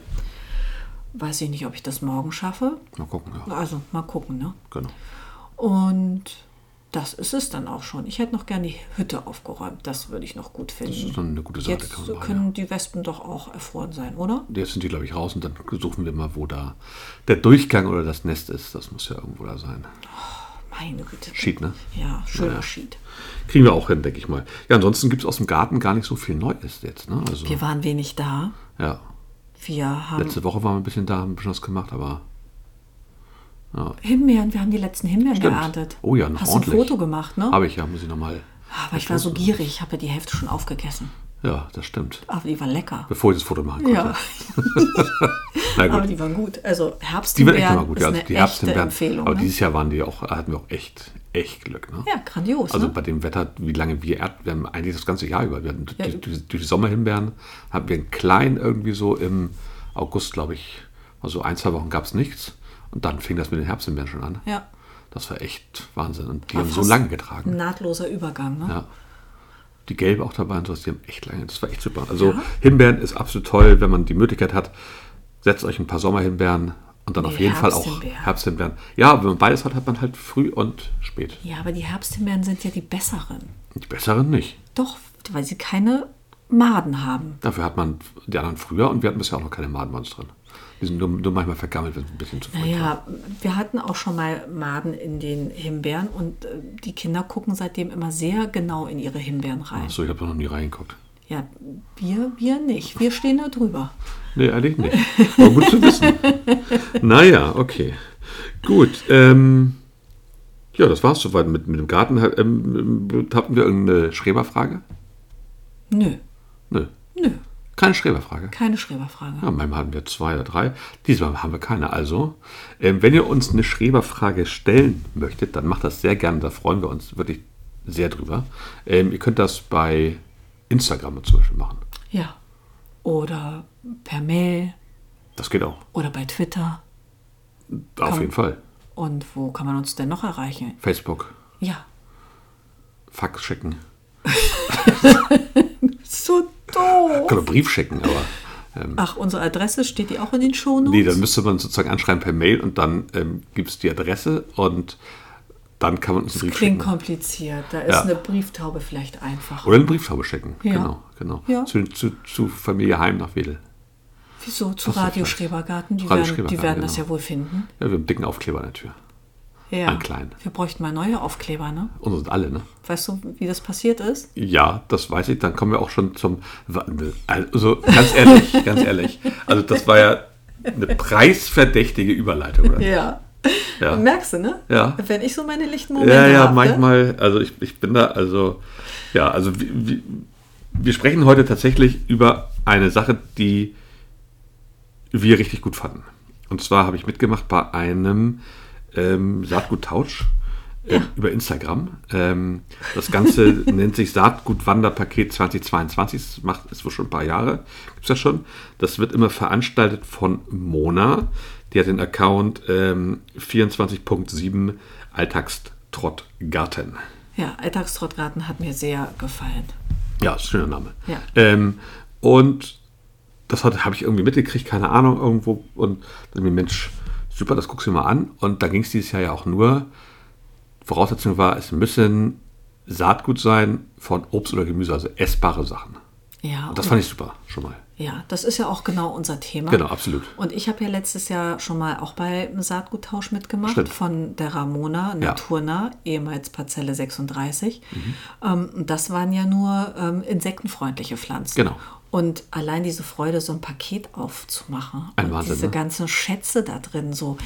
B: Weiß ich nicht, ob ich das morgen schaffe.
A: mal gucken, ja.
B: Also mal gucken, ne?
A: Genau.
B: Und das ist es dann auch schon. Ich hätte noch gerne die Hütte aufgeräumt. Das würde ich noch gut finden.
A: Das ist dann eine gute Sache.
B: Jetzt
A: kann man machen, ja.
B: können die Wespen doch auch erfroren sein, oder?
A: Jetzt sind die, glaube ich, raus und dann suchen wir mal, wo da der Durchgang oder das Nest ist. Das muss ja irgendwo da sein.
B: Meine Güte.
A: Schied, ne?
B: Ja, schöner Schied.
A: Kriegen wir auch hin, denke ich mal. Ja, ansonsten gibt es aus dem Garten gar nicht so viel Neues jetzt, ne? Also,
B: Wir waren wenig da.
A: ja.
B: Wir haben
A: Letzte Woche waren wir ein bisschen da, haben ein bisschen was gemacht, aber
B: Himbeeren, wir haben die letzten Himbeeren
A: Stimmt.
B: geerntet.
A: Oh ja, noch
B: Hast
A: ordentlich.
B: du ein Foto gemacht, ne? Ah,
A: habe ich ja, muss ich nochmal.
B: Aber ich war so gierig, ich habe ja die Hälfte schon aufgegessen.
A: Ja, das stimmt.
B: Aber die waren lecker.
A: Bevor ich das Foto machen konnte.
B: Ja.
A: Na
B: Aber
A: gut.
B: die waren gut. Also
A: Die wird
B: Herbsthimbeeren
A: echt nochmal gut.
B: ist
A: Ja, also
B: eine
A: die
B: echte
A: Herbsthimbeeren.
B: Empfehlung.
A: Aber
B: ne?
A: dieses Jahr waren die auch, hatten wir auch echt, echt Glück, ne?
B: ja, grandios.
A: Also
B: ne?
A: bei dem Wetter, wie lange wir Erd, wir haben eigentlich das ganze Jahr über, wir hatten
B: Ja.
A: durch, durch, durch die Sommerhimbeeren, haben wir einen kleinen irgendwie so im August, glaube ich, also ein, zwei Wochen gab es nichts. Und dann fing das mit den Herbsthimbeeren schon an.
B: Ja. Hm.
A: Das war echt Wahnsinn. Und die
B: War
A: haben so
B: fast
A: lange
B: Ein
A: getragen.
B: nahtloser Übergang, ne?
A: Ja. Die gelbe auch dabei und sowas, die haben echt lange. Das war echt super. Also Himbeeren ist absolut toll, wenn man die Möglichkeit hat. Setzt euch ein paar Sommerhimbeeren und dann
B: Nee,
A: auf jeden Fall auch
B: Herbsthimbeeren.
A: Herbsthimbeeren. Ja, wenn man beides hat, hat man halt früh und spät.
B: Ja, aber die Herbsthimbeeren sind ja die besseren.
A: Die besseren nicht.
B: Doch, weil sie keine Maden haben.
A: Dafür hat man die anderen früher und wir hatten bisher auch noch keine Madenmanns drin. Die sind nur, nur manchmal vergammelt, wenn es ein bisschen zu früh
B: Naja, wir hatten auch schon mal Maden in den Himbeeren und äh, die Kinder gucken seitdem immer sehr genau in ihre Himbeeren rein.
A: Achso, ich habe da noch nie reingeguckt.
B: Ja, wir, wir nicht. Wir stehen da drüber.
A: Nee, ehrlich nicht. Aber gut zu wissen. Naja, okay. Gut. Ähm, ja, das war's soweit mit, mit dem Garten. Ähm, hatten wir irgendeine Schreberfrage?
B: Nö,
A: Nö.
B: nö.
A: Keine Schreberfrage.
B: Keine Schreberfrage.
A: Ja, Ah, manchmal haben wir zwei oder drei. Diesmal haben wir keine. Also, ähm, wenn ihr uns eine Schreberfrage stellen möchtet, dann macht das sehr gerne. Da freuen wir uns wirklich sehr drüber. Ähm, ihr könnt das bei Instagram zum Beispiel machen.
B: Ja. Oder per Mail
A: Das geht auch.
B: oder bei Twitter.
A: Auf jeden Fall.
B: Und wo kann man uns denn noch erreichen?
A: Facebook,
B: Ja.
A: Fax schicken.
B: So doof.
A: Können Brief schicken, aber.
B: Ach, unsere Adresse steht die auch in den Shownotes?
A: Nee, dann müsste man sozusagen anschreiben per Mail und dann ähm, gibt es die Adresse und dann kann man uns einen Brief
B: Klingt
A: schicken.
B: kompliziert. Da ist
A: Ja.
B: eine Brieftaube vielleicht einfacher.
A: Oder eine Brieftaube schicken.
B: Ja.
A: Genau, genau.
B: Ja.
A: Zu, zu, zu Familie Heim nach Wedel.
B: Wieso? Zu
A: Ach so,
B: Radio
A: vielleicht.
B: Schrebergarten? Die,
A: Radio
B: werden, die
A: Schrebergarten,
B: werden das
A: genau.
B: ja wohl finden.
A: Ja, wir haben einen dicken Aufkleber an der Tür.
B: Ja.
A: Einen kleinen.
B: Wir bräuchten mal neue Aufkleber, ne?
A: Unsere sind alle, ne?
B: Weißt du, wie das passiert ist?
A: Ja, das weiß ich. Dann kommen wir auch schon zum. Also ganz ehrlich, ganz ehrlich. Also das war ja eine preisverdächtige Überleitung. Oder?
B: Ja.
A: Ja.
B: Merkst du, ne?
A: Ja.
B: Wenn ich so meine lichten Momente
A: ja, ja,
B: hab, ne?
A: manchmal. Also ich, ich bin da, also ja, also wir, wir- wir sprechen heute tatsächlich über eine Sache, die wir richtig gut fanden. Und zwar habe ich mitgemacht bei einem ähm, Saatguttausch äh, über Instagram. Ähm, das Ganze nennt sich Saatgutwanderpaket 2022. Das macht, ist wohl schon ein paar Jahre. Gibt es das schon? Das wird immer veranstaltet von Mona. Die hat den Account ähm, 24.7 Alltagstrott-Garten.
B: Ja, Alltagstrotgarten hat mir sehr gefallen.
A: Ja, ist ein schöner Name.
B: Ja.
A: Ähm, und das habe ich irgendwie mitgekriegt, keine Ahnung, irgendwo. Und dann mir, Mensch, super, das guckst du dir mal an. Und da ging es dieses Jahr ja auch nur. Voraussetzung war, es müssen Saatgut sein von Obst oder Gemüse, also essbare Sachen.
B: Ja.
A: Und das fand ich super, schon mal.
B: Ja, das ist ja auch genau unser Thema.
A: Genau, absolut.
B: Und ich habe ja letztes Jahr schon mal auch beim Saatguttausch mitgemacht
A: Stimmt.
B: von der Ramona Naturna, ehemals Parzelle 36.
A: Mhm.
B: Ähm, und das waren ja nur ähm, insektenfreundliche Pflanzen.
A: Genau.
B: Und allein diese Freude, so ein Paket aufzumachen
A: Ein
B: und
A: Wahnsinn,
B: diese
A: ne?
B: ganzen Schätze da drin so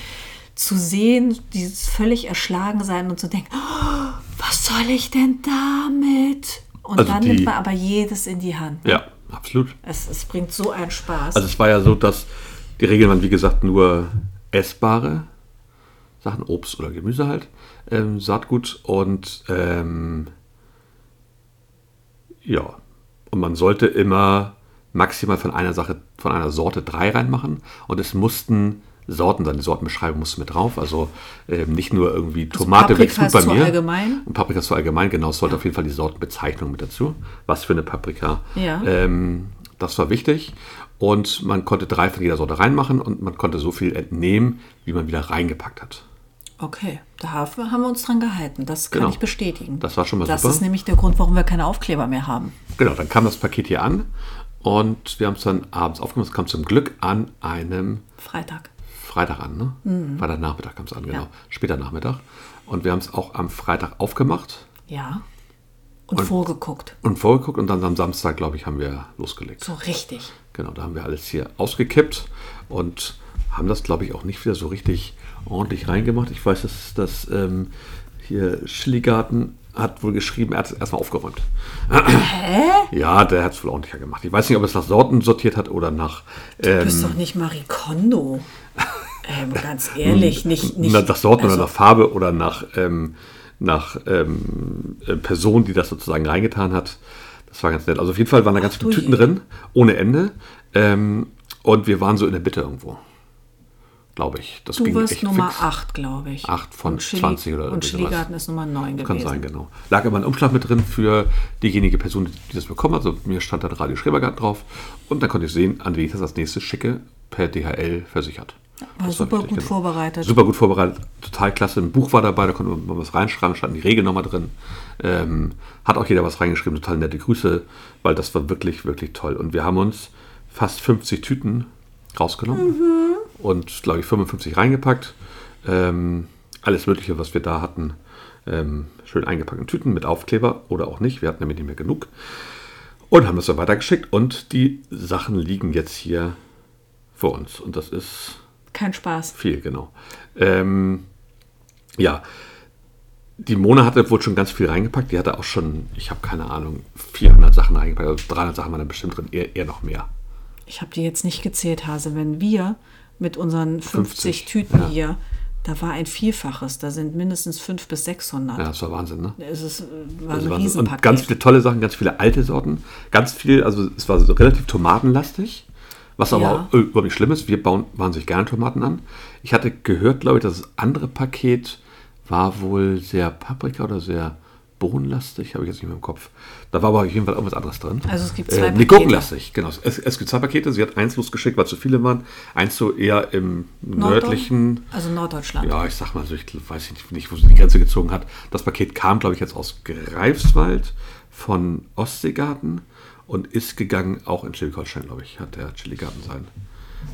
B: zu sehen, dieses völlig erschlagen sein und zu denken, "Oh, was soll ich denn damit? Und
A: Also
B: dann
A: die-
B: nimmt man aber jedes in die Hand.
A: Ja, absolut.
B: Es, es bringt so einen Spaß.
A: Also es war ja so, dass die Regeln waren, wie gesagt, nur essbare Sachen, Obst oder Gemüse halt, ähm, Saatgut und ähm, ja, und man sollte immer maximal von einer Sache, von einer Sorte drei reinmachen und es mussten Sorten sein, die Sortenbeschreibung musste mit drauf, also ähm, nicht nur irgendwie Tomate
B: Also Paprika
A: wächst gut
B: ist
A: bei
B: zu
A: mir.
B: allgemein?
A: Und Paprika ist so allgemein, genau, es sollte auf jeden Fall die Sortenbezeichnung mit dazu. Was für eine Paprika.
B: Ja.
A: Ähm, das war wichtig. Und man konnte drei von jeder Sorte reinmachen und man konnte so viel entnehmen, wie man wieder reingepackt hat.
B: Okay, da haben haben wir uns dran gehalten. Das kann
A: Genau.
B: ich bestätigen.
A: Das war schon mal
B: Das
A: super.
B: ist nämlich der Grund, warum wir keine Aufkleber mehr haben.
A: Genau, dann kam das Paket hier an und wir haben es dann abends aufgemacht. Es kam zum Glück an einem
B: Freitag.
A: Freitag an, ne? Freitagnachmittag kam es an, genau. Später Nachmittag. Und wir haben es auch am Freitag aufgemacht
B: Ja. Und, vorgeguckt.
A: und vorgeguckt und dann am Samstag, glaube ich, haben wir losgelegt.
B: So richtig.
A: Genau, da haben wir alles hier ausgekippt und haben das, glaube ich, auch nicht wieder so richtig ordentlich reingemacht. Ich weiß, dass das ähm, hier Schilligarten hat wohl geschrieben, er hat es erstmal aufgeräumt. Hä? Ja, der hat es wohl ordentlicher gemacht. Ich weiß nicht, ob er es nach Sorten sortiert hat oder nach.
B: Du
A: Ähm,
B: bist doch nicht Marie Kondo. ähm, ganz ehrlich, nicht. nicht
A: na, nach Sorten
B: also,
A: oder nach Farbe oder nach, ähm, nach ähm, äh, Person, die das sozusagen reingetan hat. Das war ganz nett. Also auf jeden Fall waren da ganz viele
B: du
A: Tüten
B: je.
A: drin, ohne Ende. Ähm, und wir waren so in der Bitte irgendwo. Glaube ich. Das
B: Du
A: ging
B: warst
A: echt
B: Nummer
A: fix.
B: 8, glaube ich.
A: Acht von
B: Und
A: 20 oder
B: Und
A: irgendwie sowas.
B: Schlägarten ist Nummer 9 gewesen.
A: Kann sein, genau. Lag aber ein Umschlag mit drin für diejenige Person, die das bekommen hat. Also mir stand dann Radio Schrebergarten drauf. Und dann konnte ich sehen, an wen ich das als nächstes schicke, per DHL versichert.
B: War
A: Das
B: super
A: wichtig,
B: gut vorbereitet.
A: Super gut vorbereitet, total klasse. Ein Buch war dabei, da konnte man mal was reinschreiben, standen die Regeln nochmal drin. Ähm, hat auch jeder was reingeschrieben, total nette Grüße, weil das war wirklich, wirklich toll. Und wir haben uns fast 50 Tüten rausgenommen
B: Mhm.
A: und, glaube ich, 55 reingepackt. Ähm, alles Mögliche, was wir da hatten, ähm, schön eingepackt in Tüten mit Aufkleber oder auch nicht. Wir hatten nämlich nicht mehr genug. Und haben das dann weitergeschickt und die Sachen liegen jetzt hier vor uns. Und das ist
B: Kein Spaß.
A: viel, genau. Ähm, ja, die Mona hatte wohl schon ganz viel reingepackt. Die hatte auch schon, ich habe keine Ahnung, 400 Sachen reingepackt. Also 300 Sachen waren da bestimmt drin, eher, eher noch mehr.
B: ich habe die jetzt nicht gezählt, Hase, wenn wir mit unseren 50,
A: 50,
B: Tüten
A: ja.
B: hier, da war ein Vielfaches, da sind mindestens 500 bis 600.
A: Ja, das war Wahnsinn, ne?
B: Es ist, äh, war
A: Also
B: so ein
A: Wahnsinn. Und
B: Riesenpaket.
A: ganz viele tolle Sachen, ganz viele alte Sorten. Ganz viel, also es war so relativ tomatenlastig, was aber
B: Ja.
A: auch äh, überhaupt nicht schlimm ist. Wir bauen wahnsinnig gerne Tomaten an. Ich hatte gehört, glaube ich, dass das andere Paket war wohl sehr Paprika oder sehr bohnenlastig, habe ich jetzt nicht mehr im Kopf. Da war aber auf jeden Fall irgendwas anderes drin. Äh,
B: Also es gibt zwei
A: nee,
B: Pakete.
A: gurkenlastig, genau. Es, es gibt zwei Pakete. Sie hat eins losgeschickt, weil zu viele waren. Eins so eher im
B: Norddeu-
A: nördlichen.
B: Also Norddeutschland.
A: Ja, ich sag mal so, ich gl- weiß nicht, nicht, wo sie die Grenze gezogen hat. Das Paket kam, glaube ich, jetzt aus Greifswald von Ostseegarten und ist gegangen auch in Schleswig-Holstein, glaube ich, hat der Chiligarten sein.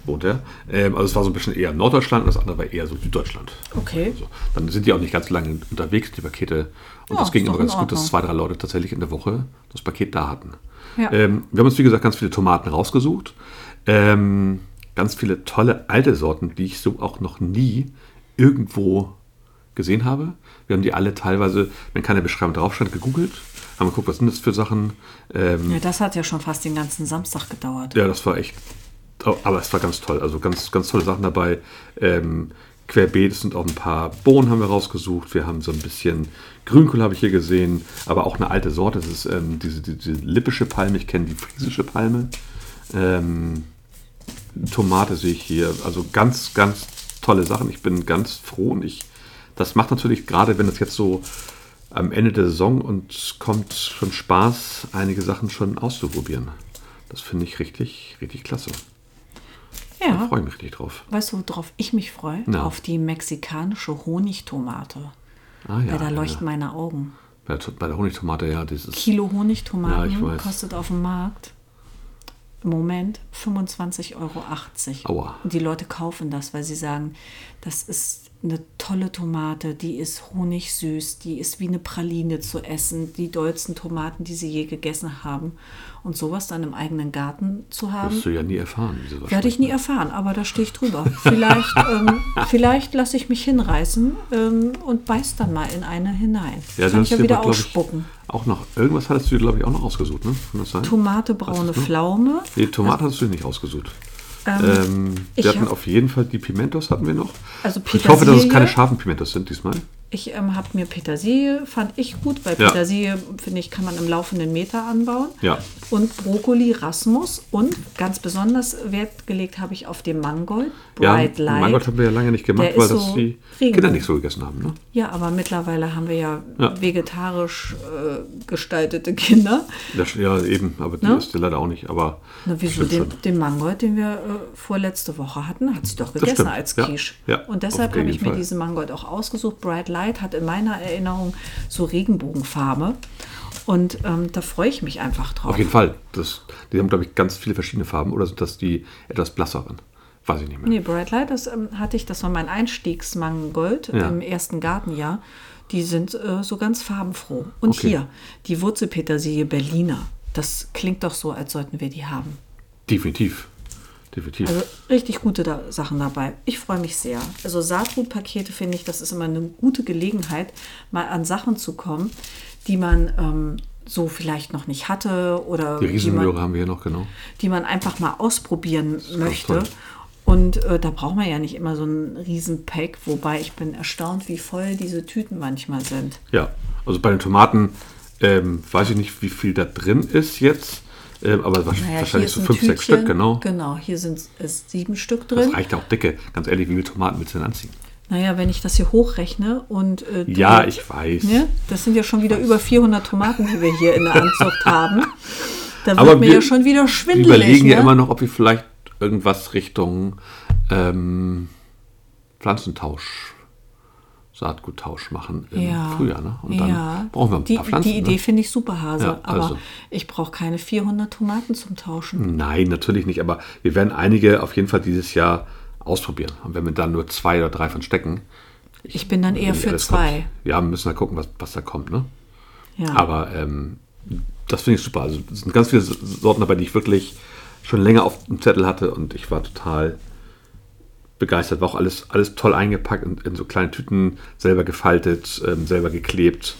A: Wohnt er. Ähm, also es war so ein bisschen eher Norddeutschland und das andere war eher so Süddeutschland.
B: Okay.
A: Also, dann sind die auch nicht ganz lange unterwegs, die Pakete. Und
B: Ja,
A: das ging
B: ist
A: immer
B: doch in
A: ganz gut, dass
B: Ordnung.
A: zwei, drei Leute tatsächlich in der Woche das Paket da hatten.
B: Ja.
A: Ähm, wir haben uns, wie gesagt, ganz viele Tomaten rausgesucht. Ähm, ganz viele tolle alte Sorten, die ich so auch noch nie irgendwo gesehen habe. Wir haben die alle teilweise, wenn keine Beschreibung drauf stand, gegoogelt. Haben geguckt, was sind das für Sachen. Ähm,
B: Ja, das hat ja schon fast den ganzen Samstag gedauert.
A: ja, das war echt. oh, Aber es war ganz toll. Also ganz, ganz tolle Sachen dabei. Ähm, querbeet es sind auch ein paar Bohnen haben wir rausgesucht. Wir haben so ein bisschen Grünkohl habe ich hier gesehen, aber auch eine alte Sorte. Das ist ähm, diese, diese lippische Palme. Ich kenne die friesische Palme. Ähm, Tomate sehe ich hier. Also ganz, ganz tolle Sachen. Ich bin ganz froh und ich. Das macht natürlich gerade, wenn es jetzt so am Ende der Saison und kommt schon Spaß, einige Sachen schon auszuprobieren. Das finde ich richtig, richtig klasse. Da
B: Ja.
A: freue ich mich richtig drauf.
B: Weißt du, worauf ich mich freue?
A: Na.
B: Auf die mexikanische Honigtomate.
A: Ah, ja,
B: ja, da
A: ja,
B: leuchten meine Augen.
A: Bei der, bei der Honigtomate, ja, dieses.
B: Kilo
A: Ja,
B: Honigtomaten
A: ich weiß.
B: kostet auf dem Markt im Moment 25,80 Euro.
A: Aua.
B: Und die Leute kaufen das, weil sie sagen, das ist eine tolle Tomate, die ist honigsüß, die ist wie eine Praline zu essen, die dollsten Tomaten, die sie je gegessen haben. Und sowas dann im eigenen Garten zu haben,
A: Wirst du ja nie erfahren, wie sowas
B: werde ich nie
A: ne?
B: erfahren, aber da stehe ich drüber. Vielleicht, ähm, vielleicht lasse ich mich hinreißen ähm, und beiß dann mal in eine hinein.
A: Ja, du
B: Kann
A: hast
B: ich ja
A: dir
B: wieder
A: aber, glaub
B: ausspucken.
A: Ich, auch noch. Irgendwas hattest du, glaube ich, auch noch ausgesucht, ne? Kann das sein?
B: Tomate, braune
A: Hast du's noch?
B: Pflaume.
A: Nee, Tomate hast du nicht ausgesucht.
B: also- Ähm,
A: Ähm,
B: ich
A: wir hatten
B: hab-
A: auf jeden Fall die Pimentos hatten wir noch.
B: Also
A: ich hoffe, dass es
B: Petersilie.
A: keine scharfen Pimentos sind diesmal.
B: Ich ähm, habe mir Petersilie, fand ich gut, weil
A: Ja.
B: Petersilie, finde ich, kann man im laufenden Meter anbauen.
A: Ja.
B: Und Brokkoli, Rasmus und ganz besonders Wert gelegt habe ich auf den Mangold,
A: Ja,
B: Bright Light.
A: Mangold haben wir ja lange nicht gemacht,
B: Der
A: weil
B: ist
A: das
B: so
A: die
B: Regenbogen.
A: Kinder nicht so gegessen haben, ne?
B: Ja, aber mittlerweile haben wir ja,
A: Ja.
B: vegetarisch äh, gestaltete Kinder.
A: Das, ja, eben, aber die
B: Ne?
A: ist leider auch nicht. Aber
B: Na, wieso
A: stimmt
B: den,
A: schon.
B: den Mangold, den wir äh, vorletzte Woche hatten, hat sie doch gegessen
A: stimmt,
B: als
A: ja,
B: Quiche.
A: ja,
B: und
A: auf
B: deshalb
A: jeden
B: habe ich mir
A: Fall.
B: diesen Mangold auch ausgesucht. Bright Light hat in meiner Erinnerung so Regenbogenfarbe. Und ähm, da freue ich mich einfach drauf.
A: Auf jeden Fall. Das, die haben, glaube ich, ganz viele verschiedene Farben. Oder sind das die etwas blasseren? Weiß ich nicht mehr.
B: Nee, Bright Light, das ähm, hatte ich, das war mein Einstiegsmangold
A: Ja.
B: im ersten Gartenjahr. Die sind äh, so ganz farbenfroh. Und
A: Okay.
B: hier, die Wurzelpetersilie Berliner. Das klingt doch so, als sollten wir die haben.
A: Definitiv. Definitiv.
B: Also richtig gute da Sachen dabei. Ich freue mich sehr. Also Saatgutpakete finde ich, das ist immer eine gute Gelegenheit, mal an Sachen zu kommen, die man ähm, so vielleicht noch nicht hatte oder
A: die
B: man,
A: Riesenmöhre haben wir hier noch, genau.
B: die man einfach mal ausprobieren möchte.
A: toll.
B: Und äh, da braucht man ja nicht immer so einen riesen Pack, wobei ich bin erstaunt, wie voll diese Tüten manchmal sind.
A: Ja. Also bei den Tomaten ähm, weiß ich nicht, wie viel da drin ist jetzt. Ähm, aber wa-
B: Naja, hier
A: wahrscheinlich
B: ist
A: so
B: ein
A: fünf, sechs
B: Tütchen.
A: Stück, genau.
B: Genau, hier sind es sieben Stück
A: Das
B: drin.
A: reicht auch dicke. Ganz ehrlich, wie viele Tomaten willst du denn anziehen?
B: Naja, wenn ich das hier hochrechne und äh, du-
A: Ja, ich weiß.
B: Ne? Das sind ja schon wieder über 400 Tomaten, die wir hier in der Anzucht haben. Da wird
A: Aber
B: mir
A: wir
B: ja schon wieder
A: Wir
B: schwindelig.
A: überlegen
B: ne?
A: ja immer noch, ob wir vielleicht irgendwas Richtung ähm, Pflanzentausch, Saatguttausch machen im
B: Ja.
A: Frühjahr. Ne? Und dann
B: ja.
A: brauchen wir ein
B: die,
A: paar Pflanzen.
B: Die Idee
A: ne?
B: finde ich super, Hase.
A: Ja, also. Hm.
B: Aber ich brauche keine 400 Tomaten zum Tauschen.
A: Nein, natürlich nicht, aber wir werden einige auf jeden Fall dieses Jahr ausprobieren. Und wenn wir dann nur zwei oder drei von stecken,
B: Ich bin dann eher
A: wenn nicht
B: für
A: alles kommt.
B: zwei.
A: Ja, wir müssen da gucken, was, was da kommt. Ne?
B: Ja.
A: Aber ähm, das finde ich super. Also es sind ganz viele S- Sorten dabei, die ich wirklich schon länger auf dem Zettel hatte und ich war total begeistert. War auch alles, alles toll eingepackt und in so kleine Tüten, selber gefaltet, ähm, selber geklebt.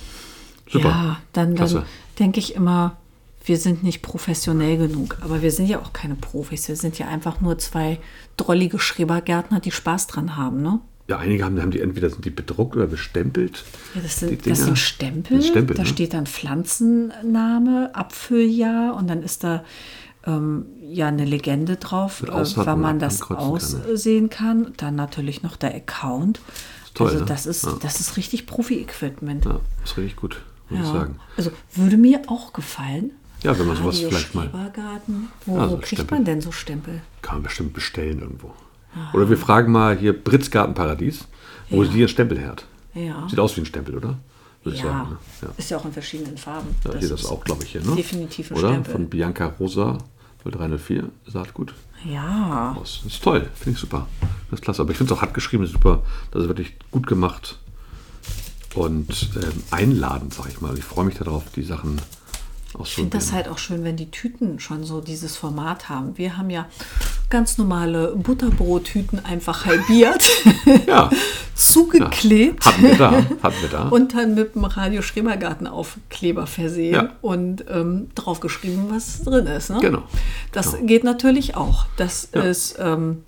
A: Super.
B: Ja, dann, dann
A: Klasse.
B: denke ich immer, wir sind nicht professionell genug. Aber wir sind ja auch keine Profis. Wir sind ja einfach nur zwei drollige Schrebergärtner, die Spaß dran haben, ne?
A: Ja, einige haben, haben die entweder sind die bedruckt oder bestempelt.
B: Ja, das
A: die
B: sind,
A: Dinger.
B: das sind Stempel.
A: Das sind Stempel,
B: da
A: ne?
B: steht dann Pflanzenname, Apfeljahr und dann ist da ähm, ja eine Legende drauf, äh,
A: Ausfahrt,
B: wann
A: wo man
B: man das
A: ankreuzen kann, ne?
B: aussehen kann. Dann natürlich noch der Account.
A: toll,
B: also
A: ne?
B: das ist,
A: Ja.
B: das ist richtig Profi-Equipment.
A: Ja, ist richtig gut, muss ich
B: Ja.
A: sagen.
B: Also würde mir auch gefallen.
A: Ja, wenn man sowas
B: Radio
A: vielleicht mal-
B: Schrebergarten. Wo,
A: Ja, so
B: wo kriegt
A: Stempel.
B: man denn so Stempel?
A: Kann man bestimmt bestellen irgendwo. Oder wir fragen mal hier Britz Gartenparadies, wo sie ihren Stempel her hat.
B: Ja.
A: Sieht aus wie ein Stempel, oder? Würde ich sagen. Ne? Ja.
B: Ist ja auch in verschiedenen Farben.
A: Da das hier das auch, glaube ich, hier, ne?
B: Definitiv ein
A: Oder?
B: Stempel.
A: Von Bianca Rosa 0304, Saatgut.
B: Ja.
A: Aus. Oh, Ist toll, finde ich super. Das ist klasse. Aber ich finde es auch hart geschrieben, ist super. Das ist wirklich gut gemacht und ähm, einladend, sage ich mal. Ich freue mich darauf, die Sachen
B: Ich finde
A: auszuprobieren.
B: das halt auch schön, wenn die Tüten schon so dieses Format haben. Wir haben ja ganz normale Butterbrottüten einfach halbiert, halt
A: Ja,
B: zugeklebt
A: hatten wir da. Hatten wir da.
B: und dann mit dem Radio Schrebergarten Aufkleber versehen
A: Ja.
B: und ähm, draufgeschrieben, was drin ist. Ne?
A: Genau.
B: Das geht natürlich auch. Das
A: Ja.
B: ist ähm,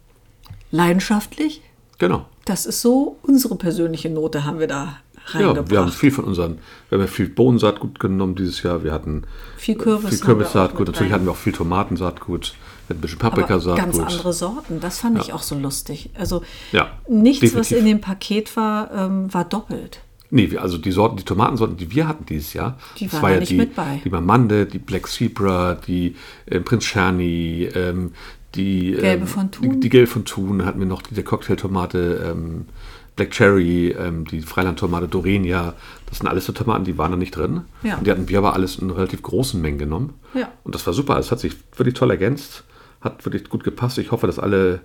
B: leidenschaftlich.
A: genau.
B: Das ist so unsere persönliche Note haben wir da
A: Ja,
B: reingebracht.
A: wir haben viel von unseren, wir haben ja viel Bohnensaatgut genommen dieses Jahr. Wir hatten
B: Viel Kürbis
A: viel
B: haben wir auch
A: Kürbissaatgut.
B: mit
A: Natürlich
B: rein.
A: hatten wir auch viel Tomatensaatgut. Wir hatten ein bisschen
B: Aber ganz
A: Paprikasaatgut.
B: andere Sorten. Das fand ich auch so lustig. Also
A: Ja,
B: nichts, was
A: definitiv.
B: in dem Paket war, ähm, war doppelt.
A: Nee, wir- also die Sorten, die Tomatensorten, die wir hatten dieses Jahr,
B: Die
A: das
B: waren
A: war
B: da
A: ja
B: nicht
A: die,
B: mit bei.
A: die Mamande, die Black Zebra, die äh, Prinz Charny, ähm, die
B: Gelbe
A: ähm,
B: von Thun.
A: Die, die Gelbe von Thun hatten wir noch, die der Cocktailtomate, ähm, Black Cherry, ähm, die Freilandtomate Dorenia. Das sind alles so Tomaten, die waren da nicht drin.
B: Ja.
A: Und die hatten wir aber alles in relativ großen Mengen genommen.
B: Ja.
A: Und das war super. Es hat sich wirklich toll ergänzt, hat wirklich gut gepasst. Ich hoffe, dass alle